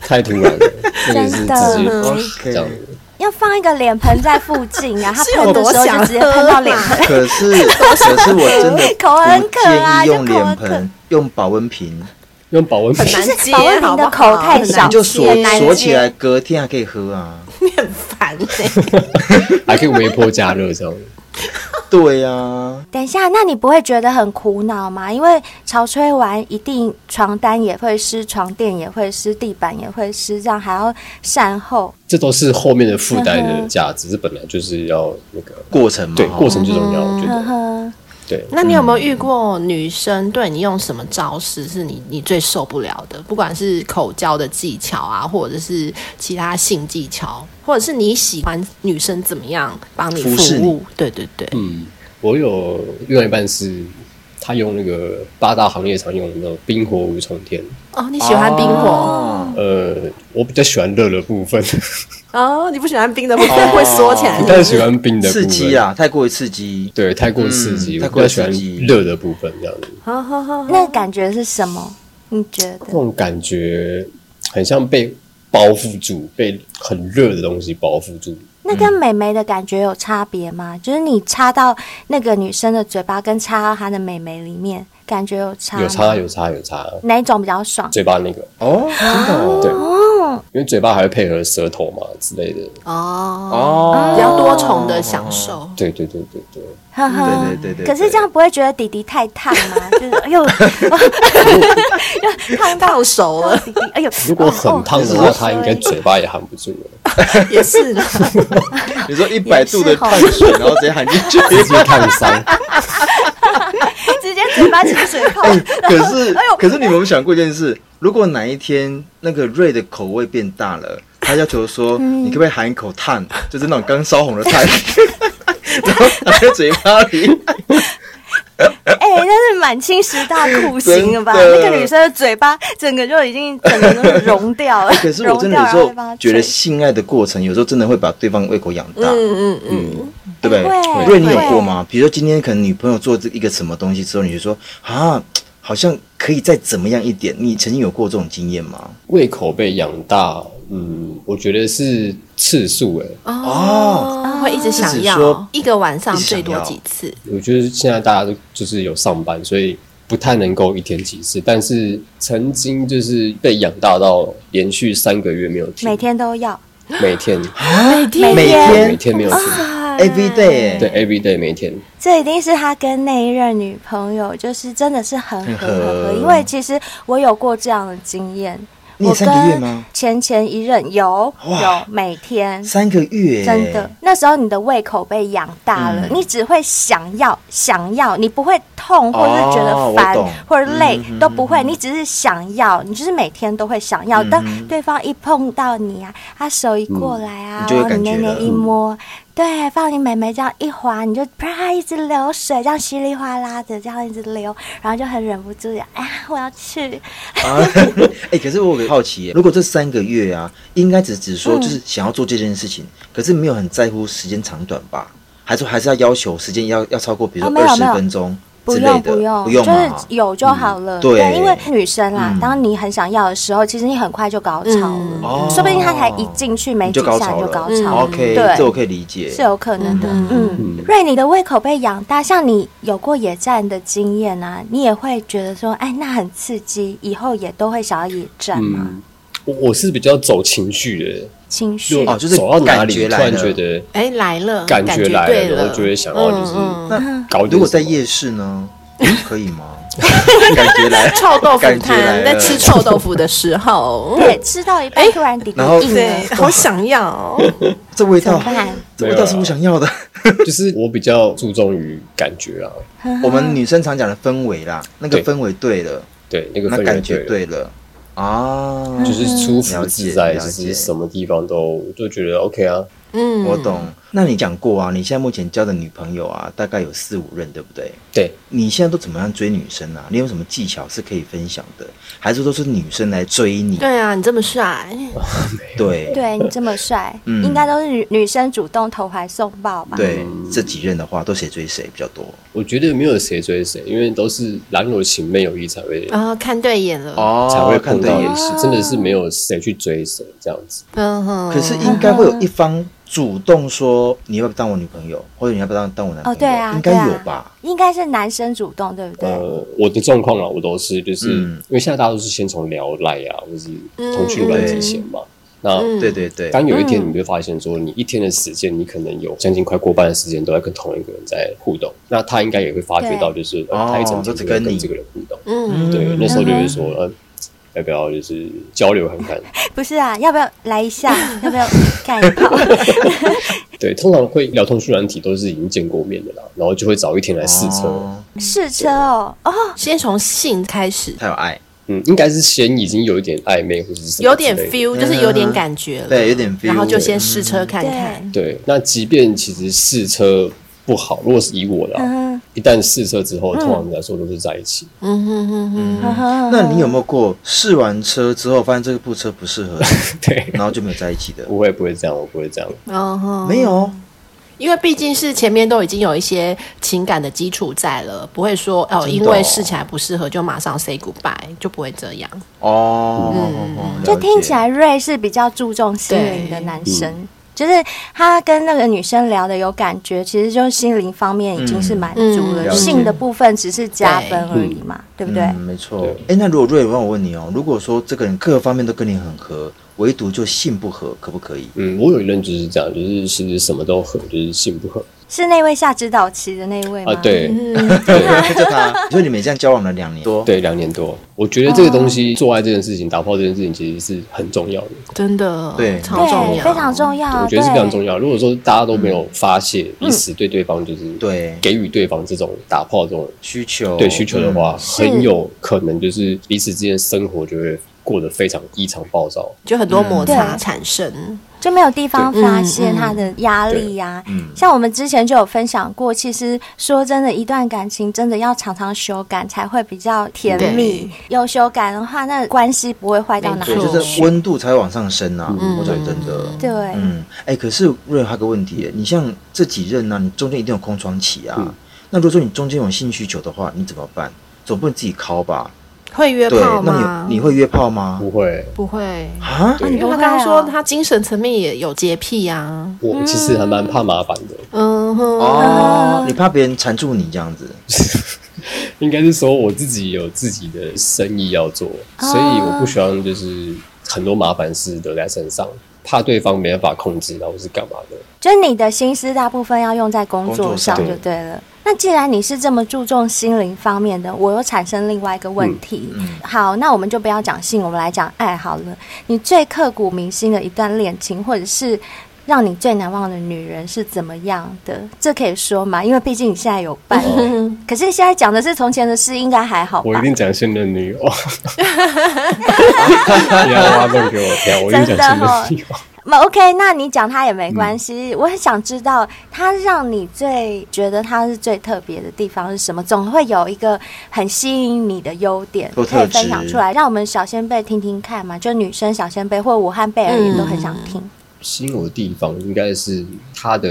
太突然 了，那个是直接嗯 OK，这样 OK。子。要放一个脸盆在附近 啊，她是有喷的多时候想就直接喷到脸喝盆。可是，可是我 真的 口很不渴建啊议就用口很脸渴盆，用保温瓶。用保温瓶很，难接，保温瓶的口太小好你就锁很难接锁起来，隔天还可以喝啊。不好 很烦欸 还可以微波加热这样。对啊，等一下，那你不会觉得很苦恼吗？因为潮吹完，一定床单也会湿，床垫也会湿，地板也会湿，这样还要善后。这都是后面的附带嗯的价值，是本来就是要那个过程嘛，对哈过程最重要，嗯我觉呵得呵，对。那你有没有遇过女生对你用什么招式是你你最受不了的？不管是口交的技巧啊，或者是其他性技巧，或者是你喜欢女生怎么样帮你服侍服你务？对对对，嗯，我有另外一半是，他用那个八大行业常用的那种冰火五重天。哦，你喜欢冰火哦呃，我比较喜欢热的部分，哦，你不喜欢冰的部分会缩起来不，太喜欢冰的部分。刺激！啊，太过于刺激。对，太过刺激，嗯我太比过于较喜欢刺激热的部分这样子。好好好，那感觉是什么？你觉得那？种感觉很像被包覆住，被很热的东西包覆住。那跟美眉的感觉有差别吗？就是你插到那个女生的嘴巴，跟插到她的美眉里面，感觉有啊差吗？有差有差有差，哪一种比较爽？嘴巴那个哦，真的哦对，因为嘴巴还会配合舌头嘛之类的。嗯哦，哦，比较多重的享受。对对对对对，呵呵。对对对对。可是这样不会觉得弟弟太烫吗？就是哎呦，又烫到到手了，弟弟，哎呦，如果很烫的哦话，哦他应该嘴巴也含不住了，也是啦，对，你说一百度的也是哦碳水，然后 直接含进 去。直接烫伤。直接嘴巴起水泡。可是，哎可是你们有没有想过一件事？如果哪一天那个瑞的口味变大了，他要求说，嗯你可不可以含一口碳，就是那种刚烧红的碳，然后拿在嘴巴 里。哎，那是满清十大酷刑了吧？真的那个女生的嘴巴整个就已经整个都融掉了。可是我真的融掉然有时后再帮候她觉得吹性爱的过程，有时候真的会把对方胃口养大。 嗯嗯嗯，对不对？哎会因为你有会过吗？比如说今天可能女朋友做这一个什么东西之后，你就说啊，好像可以再怎么样一点。你曾经有过这种经验吗？ 胃口被养大，嗯，我觉得是次数欸诶、哦，哦，会一直想是指要说，一个晚上最多几次，我觉得现在大家都就是有上班，所以不太能够一天几次，但是曾经就是被养大到连续三个月没有停，每天啊都要。每天每哎天每对每天天没有停， every day，对，every day 每天。这一定是他跟那一任女朋友，就是真的是很合很很合合，因为其实我有过这样的经验。你我有跟三个月吗？前前一任有有每天。三个月，真的，那时候你的胃口被养大了，嗯你只会想要想要，你不会痛，或者是觉得烦，哦我懂或者累、嗯嗯嗯都不会，你只是想要，你就是每天都会想要。嗯嗯当对方一碰到你啊，他手一过来啊，嗯你就然后你有感妹觉妹了一摸，对，放你妹妹这样一滑，你就啪一直流水，这样稀里哗啦的这样一直流，然后就很忍不住的，哎呀，我要去，啊！ 哎，可是我有个好奇耶，如果这三个月啊，应该只只嗯说就是想要做这件事情，可是没有很在乎时间长短吧？还是还是要要求时间要要超过，比如哦说没有二十没有分钟，不之用类的，不用，不用就嘛是有就好了。嗯对因为女生啦，嗯当你很想要的时候，其实你很快就高潮嗯了，哦说不定她才一进去没你几就下高你潮就了高嗯潮了。 OK，对这我可以理解。是哦有可能的。嗯嗯嗯，瑞，你的胃口被养大，像你有过野战的经验啊，你也会觉得说，哎，那很刺激，以后也都会想要野战嘛。嗯，我我是比较走情绪的，情绪就哦就是走到哪里感觉突来了然觉得哎，来了，感感觉来对了，然后就会想要就是嗯嗯那搞点如果什在么嗯夜市呢，可以吗？ 感觉来 臭豆腐感觉来摊，了在吃臭豆腐的时 候，对，吃到一半哎突然底底然后硬了对，，好想要，这味怎么道，办？这味道是我想要的。就是我比较注重于感觉啊啦，嗯我们女生常讲的氛围啦，那个对氛围对了，对，那个氛那围感觉了对了啊，嗯就是舒服自在，了解就了解是什么地方都就觉得 OK 啊。嗯，我懂。那你讲过啊，你现在目前交的女朋友啊，大概有四五任，对不对？对，你现在都怎么样追女生啊？你有什么技巧是可以分享的？还是都是女生来追你？对啊，你这么帅，对对哎你这么帅，嗯应该都是女女生主动投怀送抱吧？对这几任的话，都谁追谁比较多？我觉得没有谁追谁，因为都是郎有情妹有意才会、然后看对眼了，哦才会碰到也也是，真的是没有谁去追谁这样子。嗯哼，可是应该会嗯有一方主动说你要不要当我女朋友，或者你要不要当当我男哦，朋友？对啊，应对该啊有吧？？应该是男生主动，对不哦对？呃，我的状况啊，我都是就是、嗯因为现在大家都是先从聊赖啊，或是通讯软体先嘛。那嗯对对对，当有一天你会发现说，你一天的时间，你可能有将近快过半的时间都在跟同一个人在互动，那他应该也会发觉到，就是、呃、哦他一整天都只都在跟你跟这个人互动。嗯，嗯对，那时候就会说，呃，要不要就是交流看看？不是啊，要不要来一下？要不要干一炮？对，通常会聊通讯软体都是已经见过面的啦，然后就会找一天来试车。哦试车哦，哦，先从性开始，太有爱，嗯，应该是先已经有一点暧昧或者是什么有点之类的 feel，就是有点感觉了，嗯对，有点 feel。然后就先试车看看，对，那即便其实试车不好，如果是以我的啊、嗯一旦试车之后，通常来说都是在一起。 嗯哼哼哼，哼哼那你有没有过试完车之后发现这个部车不适合 你，对，然后就没有在一起的？不会不会这样，我不会这样。嗯哼，没有，因为毕竟是前面都已经有一些情感的基础在了，不会说哦，真的哦因为试起来不适合就马上 say goodbye，就不会这样。哦，了解就听起来瑞是比较注重心灵的男嗯生。就是他跟那个女生聊的有感觉，其实就是心灵方面已经是满足嗯了，嗯性的部分只是加分而已嘛，对不对？嗯，没错对。哎，那如果瑞文，我问你哦，如果说这个人各方面都跟你很合，唯独就性不合，可不可 以？ 嗯，我有一任就是这样，就是其实什么都合，就是性不合是那位下指导棋的那一位吗？啊。，对，嗯就他，所以你们这样交往了两年多，对，两年多，我觉得这个东西、哦做爱这件事情，打炮这件事情其实是很重要的，真的，对超重对，要，非常重啊要，我觉得是非常重要。要。如果说大家都没有嗯发泄彼此对对方就是对给予对方这种打炮这种需求对需求的话，嗯很有可能就是彼此之间生活就会过得非常异常暴躁。就很多摩擦对产生。就没有地方对发嗯泄嗯他的压力呀、嗯像我们之前就有分享过，其实说真的，一段感情真的要常常修改才会比较甜蜜对。有修改的话，那关系不会坏到哪里没对，错就去。是温度才会往上升啊。嗯我讲真的，对，嗯，哎，可是瑞还有个问题耶，你像这几任啊呢，你中间一定有空窗期啊嗯。那如果说你中间有性需求的话，你怎么办？总不能自己敲吧？会约对炮，那吗？你你会约炮吗不？会，不会？啊？对你因为不他会刚刚说哦他精神层面也有洁癖啊，我其实还蛮怕麻烦的，嗯哼，哦，你怕别人缠住你这样子？应该是说我自己有自己的生意要做，所以我不喜欢就是很多麻烦事惹在身上，怕对方没办法控制，然后是干嘛的。就是你的心思大部分要用在工作上工就作上对了。那既然你是这么注重心灵方面的，我又产生另外一个问题。好，那我们就不要讲性，我们来讲爱好了。你最刻骨铭心的一段恋情，或者是让你最难忘的女人是怎么样的？这可以说吗？因为毕竟你现在有伴， 可是现在讲的是从前的事，应该还好我吧一？定讲现任女友，不要挖洞给我跳，我一定讲现任女友。那 OK，那你讲他也没关系。嗯我很想知道，他让你最觉得他是最特别的地方是什么？总会有一个很吸引你的优点，或可以特质分享出来，让我们小先辈听听看嘛。就女生小先辈，或我和贝尔也都很想听。吸引我的地方应该是他的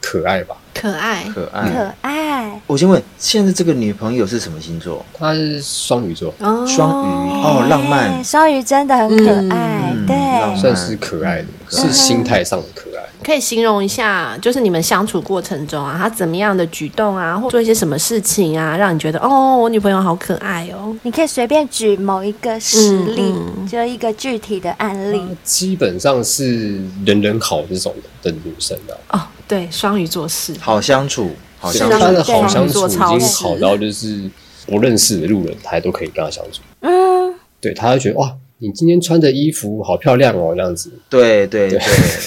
可爱吧，可爱，可可爱，爱，我先问，现在这个女朋友是什么星座？他是双鱼座，哦双鱼哦，浪漫哎，双鱼真的很可爱，嗯对，浪漫算是可爱的，是心态上的可爱。可以形容一下，就是你们相处过程中啊，他怎么样的举动啊，或做一些什么事情啊，让你觉得哦，我女朋友好可爱哦。你可以随便举某一个实例，嗯就一个具体的案例。嗯她基本上是人人好这种的女生啊，哦，对，双鱼座是好相处，好对相她处的好相处做已超经市好到就是不认识的路人，她都可以跟她相处。嗯，对，她会觉得哇，你今天穿的衣服好漂亮哦，那样子。对对对，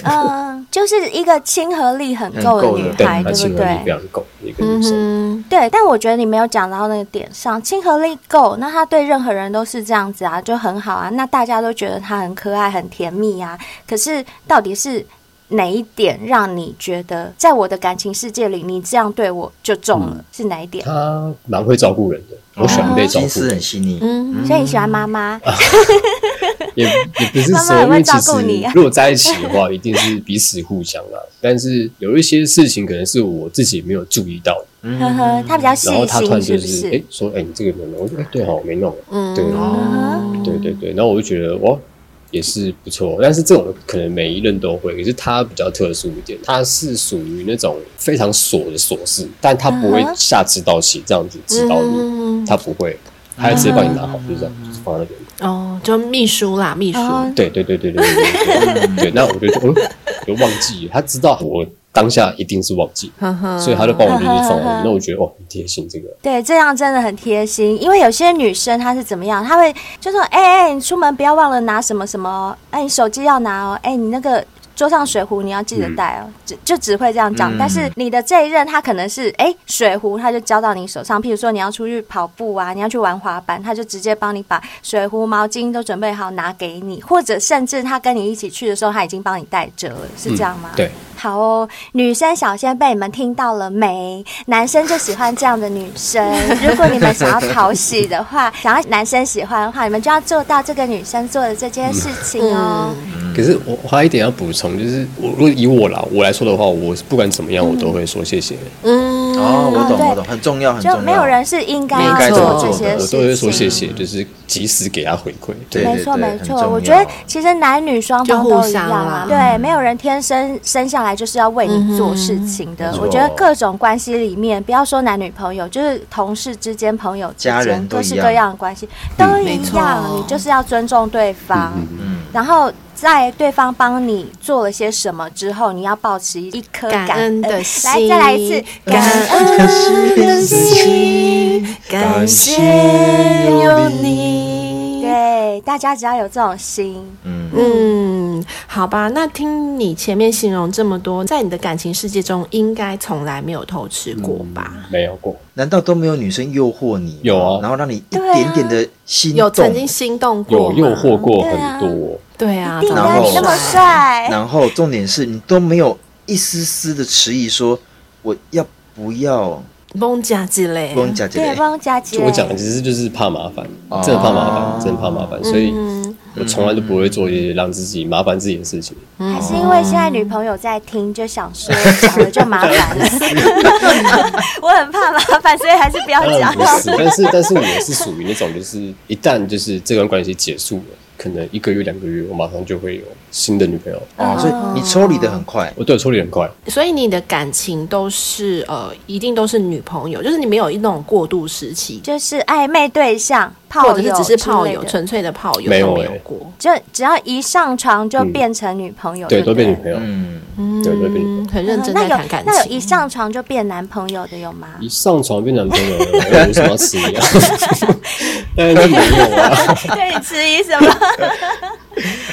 嗯，就是一个亲和力很够的女很够的对，孩，她对亲不和力非对？常够的一个嗯女生。哼，对，但我觉得你没有讲到那个点上，亲和力够，那她对任何人都是这样子啊，就很好啊。那大家都觉得她很可爱、很甜蜜啊。可是到底是哪一点让你觉得，在我的感情世界里，你这样对我就中嗯了？是哪一点？她蛮会照顾人的，我喜欢被照哦心顾思人很，细腻，嗯，所以你喜欢妈妈？也也不是妈妈说，也因会为照其顾你啊实如果在一起的话， 一定是彼此互相啦。但是有一些事情可能是我自己没有注意到，呵呵，她比较细嗯然后他突心，然是就不是哎、是？哦说哎、你这个没弄，我说哎、对哈我没弄，嗯对嗯对对对，然后我就觉得哇也是不错，但是这种可能每一任都会，可是他比较特殊一点，他是属于那种非常琐的琐事，但他不会嗯哼下指导棋这样子指导你，嗯他不会，他会直接帮你拿好，就这样就放在那边。哦，就秘书啦，秘书，哦对对对对对对对对，那我就嗯，就忘记了，他知道我当下一定是忘记，呵呵所以他就帮我就是放在那边，那我觉得哦很贴心这个。对，这样真的很贴心。因为有些女生她是怎么样，她会就说：“哎、哎、你出门不要忘了拿什么什么哦，哎、你手机要拿哦，哎、你那个桌上水壶你要记得带哦。只就只会这样讲。嗯但是你的这一任他可能是哎、水壶他就交到你手上，譬如说你要出去跑步啊，你要去玩滑板，他就直接帮你把水壶、毛巾都准备好拿给你，或者甚至他跟你一起去的时候他已经帮你带着了，是这样吗？嗯对。好哦，女生小先辈，你们听到了没？男生就喜欢这样的女 生。如果你们想要讨喜的话，想要男生喜欢的话，你们就要做到这个女生做的这件事情哦。可是我我还有一点要补充，就是我如果以我啦我来说的话，我不管怎么样，我都会说谢谢，嗯，哦，我懂对我懂，很重要很重就要，没有人是应该没要错做这些事我都情。会说谢谢，就是及时给他回馈。对没错没很重错，要嗯我觉得其实男女双方就都互一样相啦。啊对，没有人天生生下来就是要为你做事情的嗯。哼我觉得各种关系里面，不要说男女朋友，就是同事之间、朋友之家间，人都各一样式各样的关系都一嗯没错样，你就是要尊重对方。嗯然后在对方帮你做了些什么之后，你要保持一颗感恩的心，来，再来一次，感恩的心，感谢有你。对，大家只要有这种心，嗯嗯，好吧，那听你前面形容这么多，在你的感情世界中，应该从来没有偷吃过吧？没有过， 难道都没有女生诱惑你吗？有啊然后让你一点点的心有曾动，经心动过有吗诱惑，过很多，对啊，弟弟长然得后你那么帅，然后重点是你都没有一丝丝的迟疑，说我要不要蒙甲之类，跟你讲这对，个？哎帮我加姐，就我讲的其实就是怕麻烦哦，真的怕麻烦，真的怕麻烦，所以嗯我从来都不会做一些让自己麻烦自己的事情。还是因为现在女朋友在听，就想说哦讲了就麻烦了。 我很怕麻烦，所以还是不要当然讲不。是，但是但是我是属于那种，就是一旦就是这段关系结束了，可能一个月两个月，我马上就会有新的女朋友。哦，所以你抽离的很快，我对我处理很快，所以你的感情都是呃，一定都是女朋友，就是你没有那种过渡时期，就是暧昧对象、或炮者是友只之是炮类友，的纯粹的炮友没有都没有欸过。就只要一上床就变成女朋友，对，不都变女朋友。嗯，嗯对对对，很认真那在有谈感情。那有一上床就变男朋友的有吗？ 一上床变男朋友了，我为什么要吃一样？ 但是没有啊， 对你迟疑什么？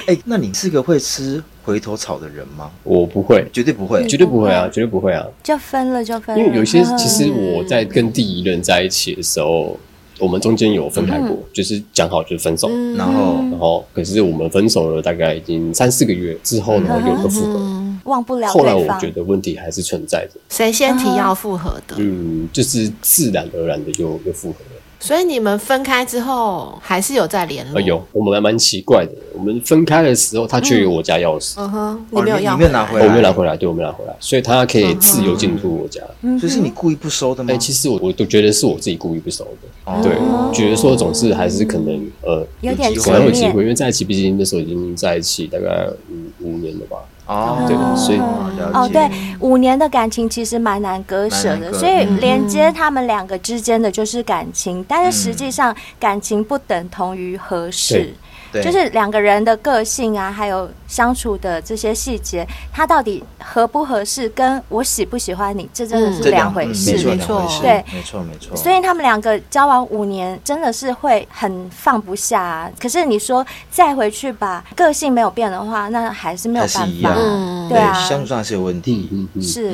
哎，那你是个会吃回头草的人吗？我不会，绝对不会，绝对不会啊，绝对不会啊，就分了就呃分了。因为有些呵嗯呵其实我在跟第一任在一起的时候，我们中间有分开过，就是讲好就分手，嗯然后然后可是我们分手了大概已经三四个月之后呢，有一个复合。嗯， 忘不了后来对我方觉。得问题还是存在着，嗯谁先提要复合的？嗯，就是自然而然的就又复合了。所以你们分开之后还是有在联络？啊，有，我们还蛮奇怪的。我们分开的时候，他却有我家钥匙，嗯哼，哦你没有你要你没有拿回哦来我没有拿回来，对，我没有拿回来，所以他可以自由进出我家。嗯嗯所以是你故意不收的吗？哎，其实我我都觉得是我自己故意不熟的，嗯哦对，觉得说总是还是可能呃有点机会可能有侧机面会，因为在一起，毕竟那时候已经在一起大概五五年了吧，哦，对所以哦了哦，解对，五年的感情其实蛮难割舍蛮的，难割嗯所以连接他们两个之间的就是感情，但是实际上感情不等同于合适。对就是两个人的个性啊，还有相处的这些细节，他到底合不合适，跟我喜不喜欢你，这真的嗯是两回事。没错，没错两回事对没错，没错。所以他们两个交往五年，真的是会很放不下、啊。可是你说再回去吧，个性没有变的话，那还是没有还是办一法样。，嗯对啊相处上还是有问嗯题。嗯嗯，是。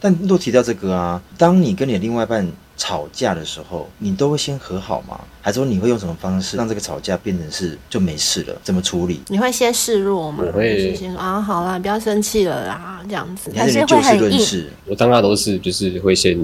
但若提到这个啊，当你跟你的另外一半吵架的时候，你都会先和好吗？还是说你会用什么方式让这个吵架变成是就没事了？怎么处理？你会先示弱吗？我会就是先说啊，好啦，你不要生气了啦，这样子你。还是还是你会就事很论硬事？我当下都是就是会先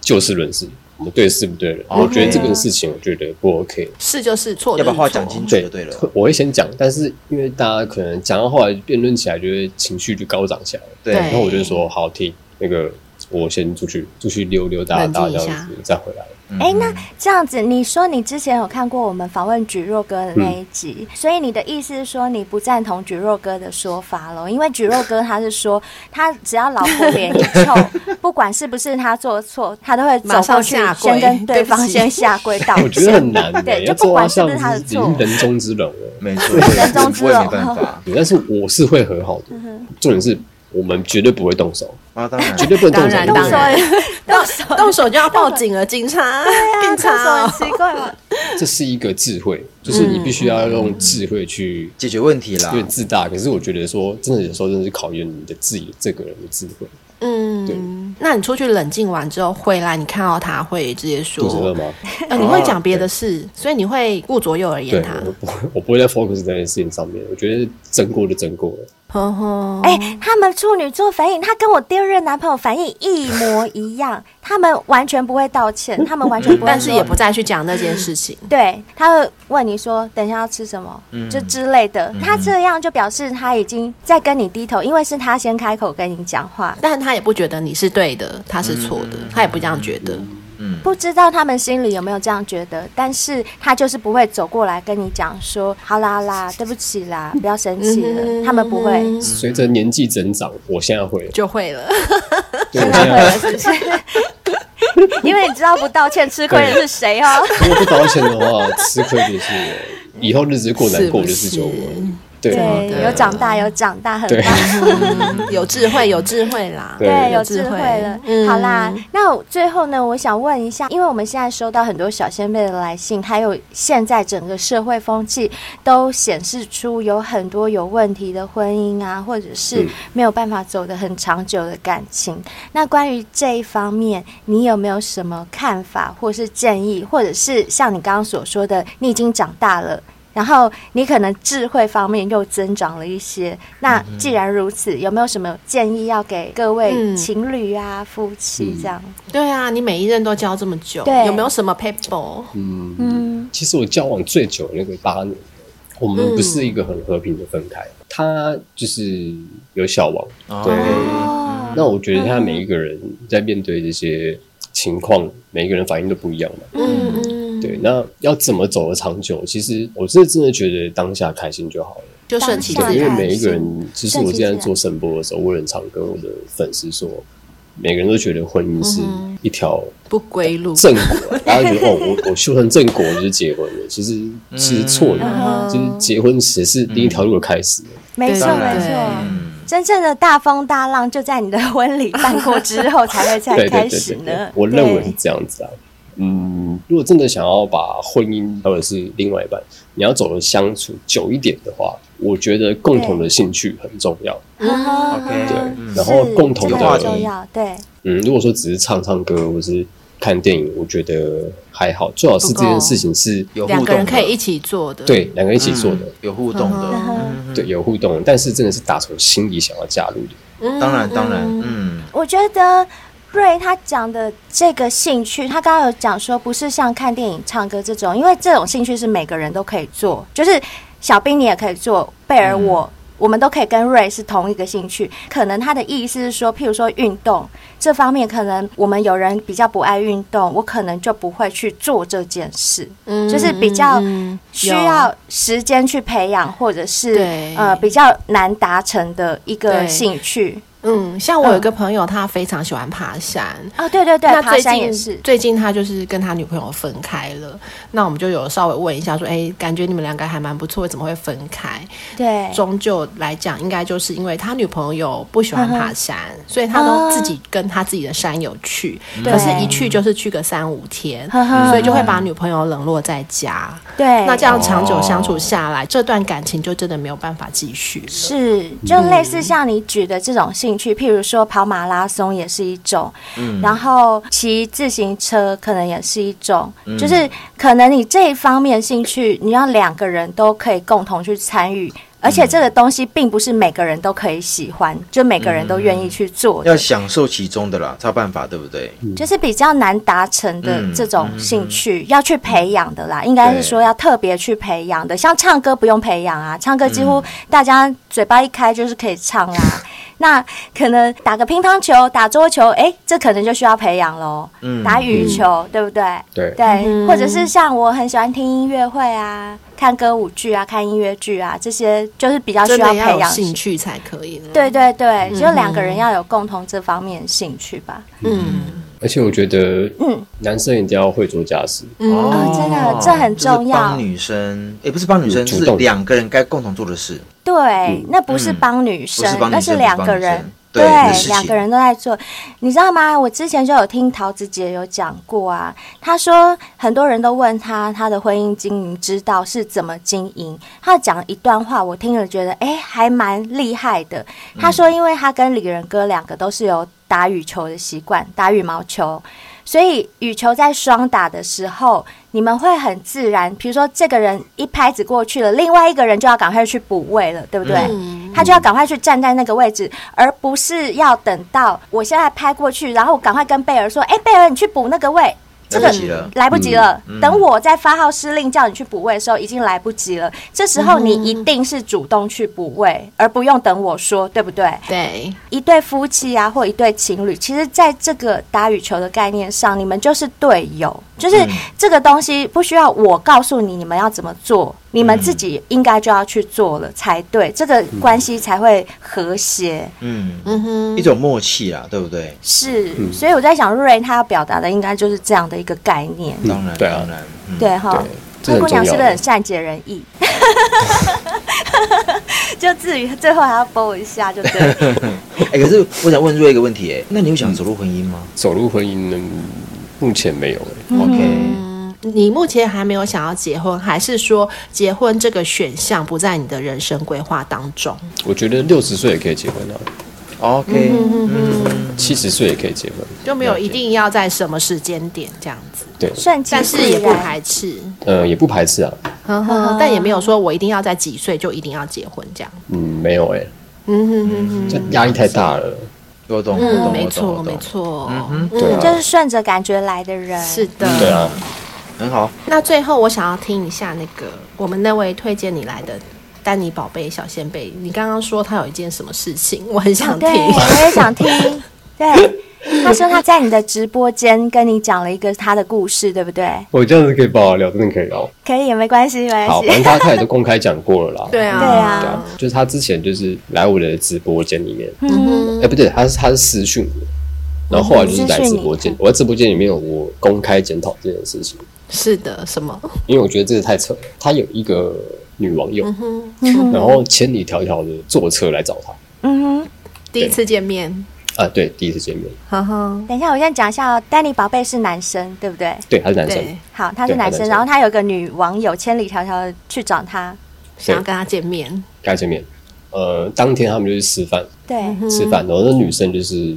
就事论事，我们对事不对人。哦我觉得这嗯个事情我觉得不 OK，是就是错，要把话就是错讲清楚对就对了我会先讲，但是因为大家可能讲到后来辩论起来，就会情绪就高涨起来了。对，对然后我就说好听，那个我先出去出去溜溜达达冷这静一下样子，再回来。哎、那这样子，你说你之前有看过我们访问菊若哥的那一集，嗯所以你的意思是说你不赞同菊若哥的说法咯？因为菊若哥他是说，他只要老婆脸一臭，不管是不是他做错，他都会走马过上去下跪先跟对对方不起先下跪道歉。 我觉得很难的、对，就要不做到管是像不是他的已经错，人中之龙了。没错，我也人中之我也没龙 办法。但是我是会和好的，嗯重点是我们绝对不会动手，啊，当然绝，对不能当动手。然因当为然，动手 动手就要报警了，警 察，警动手察哦，很奇怪 吗？这是一个智慧，就是你必须要用智慧去解决问题啦有。点自大，可是我觉得说，真的有时候真的是考验你的自己这个人的智慧。对嗯，那你出去冷静完之后回来，你看到他会直接肚子说，饿吗？呃，你会讲别的事，所以你会顾左右而言哦对他，，我不会， 我不会再 focus 在这件事情上面。我觉得争过就争过了，呵呵，哎、他们处女座反应，他跟我第二任男朋友反应一模一样，他们完全不会道嗯歉，他们完全不会说，但是也不再去讲那件事情，对，他会问你说等一下要吃什么，嗯就之类的。他这样就表示他已经在跟你低头，因为是他先开口跟你讲话。但他也不觉得你是对的，他是错的，嗯他也不这样觉得，不知道他们心里有没有这样觉得，但是他就是不会走过来跟你讲说好啦好啦，对不起啦，不要生气了。他们不会，随着年纪增长，我现在会了，嗯就会了。对啊他我现们 在会是不是？ 因为你知道不道歉吃亏的是谁哦。如果不道歉的话，吃亏就是我，以后日子过难过就是就我是不是。对啊对，有长大，有长大，很对棒。 有智慧，有智慧啦。对对，有嗯智智慧慧了。嗯好啦，那我最后呢，我想问一下，因为我们现在收到很多小先辈的来信，还有现在整个社会风气都显示出有很多有问题的婚姻啊，或者是嗯没有办法走得很长久的感情。那关于这一方面，你有没有什么看法，或是建议，或者是像你刚刚所说的，你已经长大了？然后你可能智慧方面又增长了一嗯些。那既然如此，有没有什么建议要给各位嗯情侣啊、夫妻这样？对啊，你每一任都教这么久，对有没有什么 paper？嗯，其实我交往最久的那个八年，我们不是一个很和平的分开，他就是有小王，哦对。哦，那我觉得他每一个人在面对这些情况，每一个人反应都不一样嘛。嗯嗯，对，那要怎么走得长久？其实我是真的觉得当下开心就好了。就顺其当下对，自因为然。每一个人，其实我顺之前其自然做声波的时候，我也很常跟我的粉丝说，每个人都觉得婚姻是一条不归路。正果、啊，大家觉得哦，我我修成正果我就是结婚了。其实其实错了，嗯就是结婚只是第一条路的开始。没错当没然错。嗯，真正的大风大浪就在你的婚礼办过之后才会对才对开对始对对呢，。我认为是对这样子啊。嗯，如果真的想要把婚姻或者是另外一半，你要走的相处久一点的话，我觉得共同的兴趣很重要。嗯哼 OK，对嗯然后是共同这的个很重要，对，嗯，如果说只是唱唱歌或是看电影，我觉得还好，最好是这件事情是有互两动个人可以一起起做的，对两个人一起做的，有互动嗯的，哼。对有互动，但是真的是打从心里想要加入的。嗯，当然当然，嗯，我觉得瑞他讲的这个兴趣，他刚刚有讲说，不是像看电影、唱歌这种，因为这种兴趣是每个人都可以做，就是小兵你也可以做，贝尔我、嗯我们都可以跟瑞是同一个兴趣。可能他的意思是说，譬如说运动这方面，可能我们有人比较不爱运动，我可能就不会去做这件事，嗯就是比较嗯需有要时间去培养，或者是对呃比较难达成的一个对兴趣。嗯，像我有嗯一个朋友，他非常喜欢爬山，哦，对对对，那爬最山也近是。最近他就是跟他女朋友分开了，那我们就有稍微问一下说，哎，感觉你们两个还蛮不错，怎么会分开？对，终究来讲，应该就是因为他女朋友不喜欢爬山，所以他都自己跟他自己的山友去，对可是一去就是去个三五天，呵呵所以就嗯会把女朋友冷落在家。对，那这样长久相处下来，这段感情就真的没有办法继续了。是就类似像你举的这种兴趣，譬如说跑马拉松也是一种，然后骑自行车可能也是一种，就是可能你这一方面兴趣，你让两个人都可以共同去参与。而且这个东西并不是每个人都可以喜欢，就每个人都愿意去做的要享受其中的啦，才有办法，对不对？就是比较难达成的嗯这种兴趣，要去培养的啦，应该是说要特别去培养的。像唱歌不用培养啊，唱歌几嗯乎大家嘴巴一开就是可以唱 啦、那可能打个乒乓球、打桌球，哎、这可能就需要培养喽。嗯打羽球，对不对？对对，嗯或者是像我很喜欢听音乐会啊、看歌舞剧啊、看音乐剧啊，这些就是比较需真的培要有养兴。趣嗯才可以了。对，对对，就两个人要有共同这方面的兴趣吧。嗯而且我觉得嗯，男生一定要会做家事，嗯，哦真的这很重要就是帮女生，也不是帮女生，主是动两个人该共同做的事。对，那不是嗯帮女生，不是帮女那是生两个不是帮女人生。对是事情两个人都在做，你知道吗？我之前就有听桃子姐有讲过啊，她说很多人都问她她的婚姻经营之道是怎么经营，她讲一段话，我听了觉得哎还蛮厉害的。她说，因为她跟李仁哥两个都是有打羽球的习惯，打羽毛球，所以羽球在双打的时候，你们会很自然，比如说这个人一拍子过去了，另外一个人就要赶快去补位了，对不对？嗯他就要赶快去站在那个位置，而不是要等到我现在拍过去，然后我赶快跟贝尔说：“哎、贝尔，你去补那个位。”这个来不及了嗯来不及了。等我在发号施令叫你去补位的时候，已经来不及了。这时候你一定是主动去补位，而不用等我说，对不对？对，一对夫妻啊，或一对情侣，其实在这个打羽球的概念上，你们就是队友，就是嗯这个东西不需要我告诉你你们要怎么做，你们自己应该就要去做了才对，这个关系才会和谐。嗯，嗯哼一，种默契啦，对不对？是，所以我在想，瑞他要表达的应该就是这样的一个概念，当然，对啊当然，嗯，对哈对。，这灰很姑重娘是要不是很的。善解人意？ 就至于最后还要播一下，就对了。 哎，可是我想问瑞一个问题，哎，那你有想走入婚姻吗走入婚姻呢，目前没有、欸嗯？OK，你目前还没有想要结婚，还是说结婚这个选项不在你的人生规划当中？我觉得六十岁也可以结婚啊，嗯 OK，嗯七十岁也可以结婚。就没有一定要在什么时间点这样子，对，顺其但自是也不然排斥，嗯呃，也不排斥啊。呵呵呵但也没有说我一定要在几岁就一定要结婚这样。嗯，没有哎、嗯哼哼哼，这压力太大了。我懂，我嗯，懂，没我懂，嗯错我没懂，错，对啊，嗯就是顺着感觉来的人。哦是的，对啊，很好。那最后我想要听一下那个我们那位推荐你来的丹尼宝贝小仙贝，你刚刚说他有一件什么事情，我很想听对，。我也想听。对，他说他在你的直播间跟你讲了一个他的故事，对不对？我这样子可以爆料，真的可以哦。可以，没关系，没好，关 系。反正他他也都公开讲过了啦。对啊，对啊对啊，就是他之前就是来我的直播间里面，哎、嗯不对，他是他是私讯我，然后后来就是来直播私讯间你，我在直播间里面我公开检讨这件事情，是的，什么？因为我觉得这个太扯了。他有一个女网友，嗯，然后千里迢迢的坐车来找他，嗯哼，第一次见面，啊，对，第一次见面，哈哈，等一下，我先讲一下哦。丹尼宝贝是男生，对不对？对，他是男对生，，好，他是对男他生，男生然后他有个女网友千里迢迢地去找他。想要跟他见面，该见面，呃，当天他们就去吃饭，对，嗯吃饭，然后那女生就是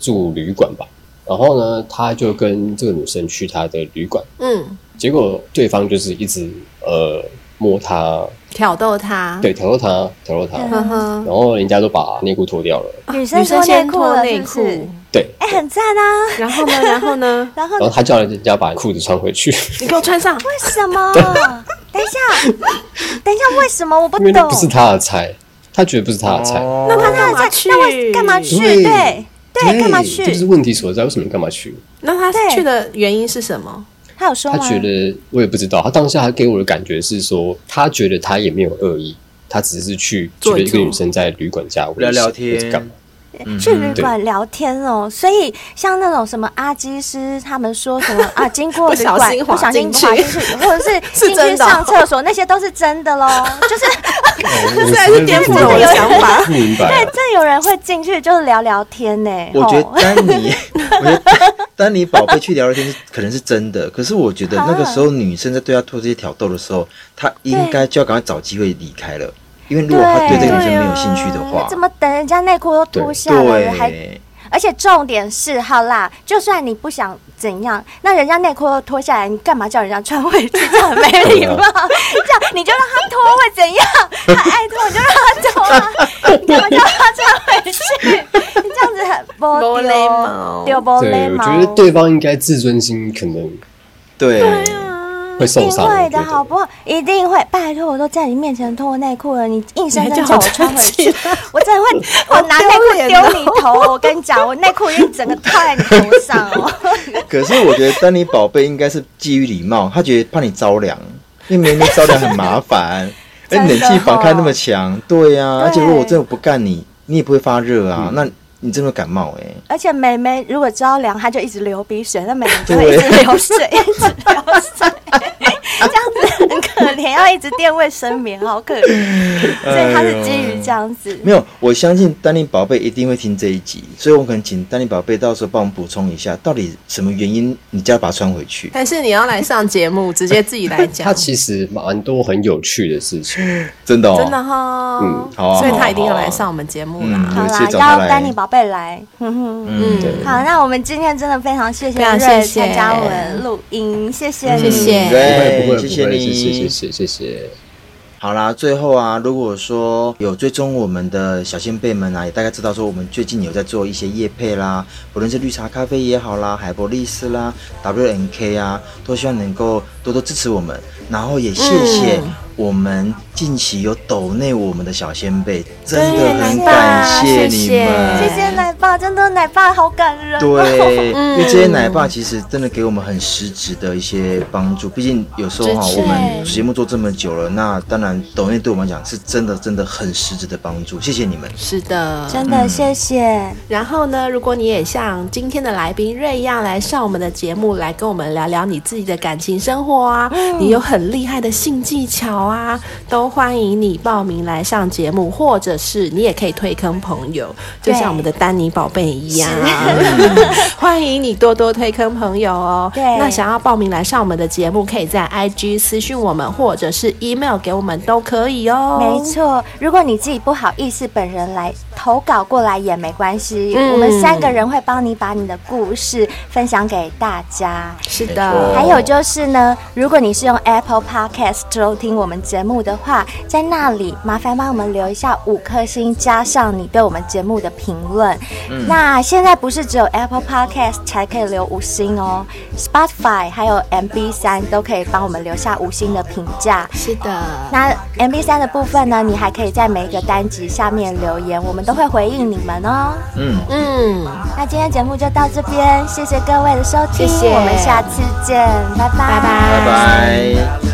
住旅馆吧，然后呢，他就跟这个女生去他的旅馆，嗯，结果对方就是一直呃摸她，挑逗他，对，挑逗她，挑逗她，嗯呵呵，然后人家都把内裤脱掉了，女啊女生生脱内先裤脱了，内是不是裤？，对，哎、很赞啊！然后呢，然后呢，然后哦然后他叫人家把裤子穿回去，你给我穿上。为什么？ 等一下，等一下，为什么我不因为那懂不？是他的菜，他觉得不是他的菜。哦那他那干嘛在去？那为干嘛去？对对对，干嘛去这就？是问题所在。为什么你干嘛去？那他对去的原因是什么？他有说他吗？觉得我也不知道。他当下给我的感觉是说，他觉得他也没有恶意，他只是去觉坐得一一个坐女生在旅馆加聊聊天，干嘛？嗯去旅馆聊天哦，所以像那种什么阿基师，他们说什 么啊，经过不旅小馆心不滑小心进去滑进去，或者是 是进去真的哦上厕所，那些都是真的 喽。就是 这虽然是颠覆了哦我的想法。不明 白。真有人会进去就是聊聊天呢、哦我觉吼得丹尼， 我觉得丹丹尼宝贝去聊聊天是可能是真的，可是我觉啊得那个时候女生在对他做这些挑逗的时候，他应该就要赶快找机会离开了，因为如果他对这个女生没有兴趣的那话啊怎，么等人家内裤都脱下来了，还对，而且重点是，好啦，就算你不想怎样，那人家内裤都脱下来，你干嘛叫人家穿回去？这样很没 礼貌，这样你就让他脱会怎样？他爱脱你就让他脱啊，你干嘛叫他穿回去？你这样子很没不礼貌丢，丢不礼对，我貌。觉得对方应该自尊心可能对，啊会受一定伤。我会觉嗯的得好不好？一定会，拜托，我都在你面前脱内裤了，你硬生你生还 哎叫叫我我穿回穿起去来，我真的会，我拿内好裤丢脸哦丢你头，我跟你讲，我内裤已经整个套在你头上哦。可是我觉得丹尼宝贝应该是基于礼貌，他觉得怕你着凉，因为没人着凉很麻 烦，而真的冷气房开那么哦强，对呀、对而且如果我真的不干你，你也不会发热啊，那你真的会感冒哎、而且妹妹如果着凉，她就一直流鼻水，那妹妹就会一直流水，一直流水，这样子很可怜，要一直垫卫生棉，好可怜。所以她是基于这样子，没有，我相信丹尼宝贝一定会听这一集，所以我可能请丹尼宝贝到时候帮我们补充一下，到底什么原因你叫他把它穿回去？但是你要来上节目，直接自己来他讲，其实蛮多很有趣的事情，真的哦，真的哈。嗯好啊所以好啊他一定要好啊来上我们节目嗯啦。好有啦些，找他邀来丹尼宝贝来，哼哼。嗯，对，好，那我们今天真的非常谢谢非常瑞谢谢参加我们录音，谢谢谢你，谢不会不对，会谢不谢会，你，谢谢谢谢谢谢。好啦，最后啊，如果说有追踪我们的小先辈们啊，也大概知道说我们最近有在做一些业配啦，不论是绿茶咖啡也好啦，海博利斯啦，WNK 啊，都希望能够多多支持我们，然后也谢谢嗯我们近期有抖内我们的小先辈，真的很感谢你们，谢谢奶爸，真的奶爸好感人、哦，对，嗯因为这些奶爸其实真的给我们很实质的一些帮助。毕竟有时候哈，支持我们节目做这么久了，那当然抖音对我们来讲是真的真的很实质的帮助。谢谢你们。是的，真的谢谢，然后呢，如果你也像今天的来宾瑞一样来上我们的节目，来跟我们聊聊你自己的感情生活啊，嗯你有很厉害的性技巧啊，都欢迎你报名来上节目，或者是你也可以推坑朋友，就对像我们的丹尼宝贝一样，啊 欢迎你多多推坑朋友哦。对那想要报名来上我们的节目，可以在 IG 私讯我们，或者是 email 给我们都可以哦。没错。如果你自己不好意思本人来投稿过来也没关系，嗯我们三个人会帮你把你的故事分享给大家。是没错的，还有就是呢，如果你是用 Apple Podcast 收听我们节目的话，在那里麻烦帮我们留一下五颗星，加上你对我们节目的评论。嗯那现在不是只有 Apple Podcast 才可以留五星哦，Spotify 还有 MB 三都可以帮我们留下五星的评价。是的。那 MB 三的部分呢，你还可以在每一个单集下面留言，我们都会回应你们哦。嗯，嗯，那今天节目就到这边，谢谢各位的收谢听，谢我们下次见，拜拜，拜拜拜拜。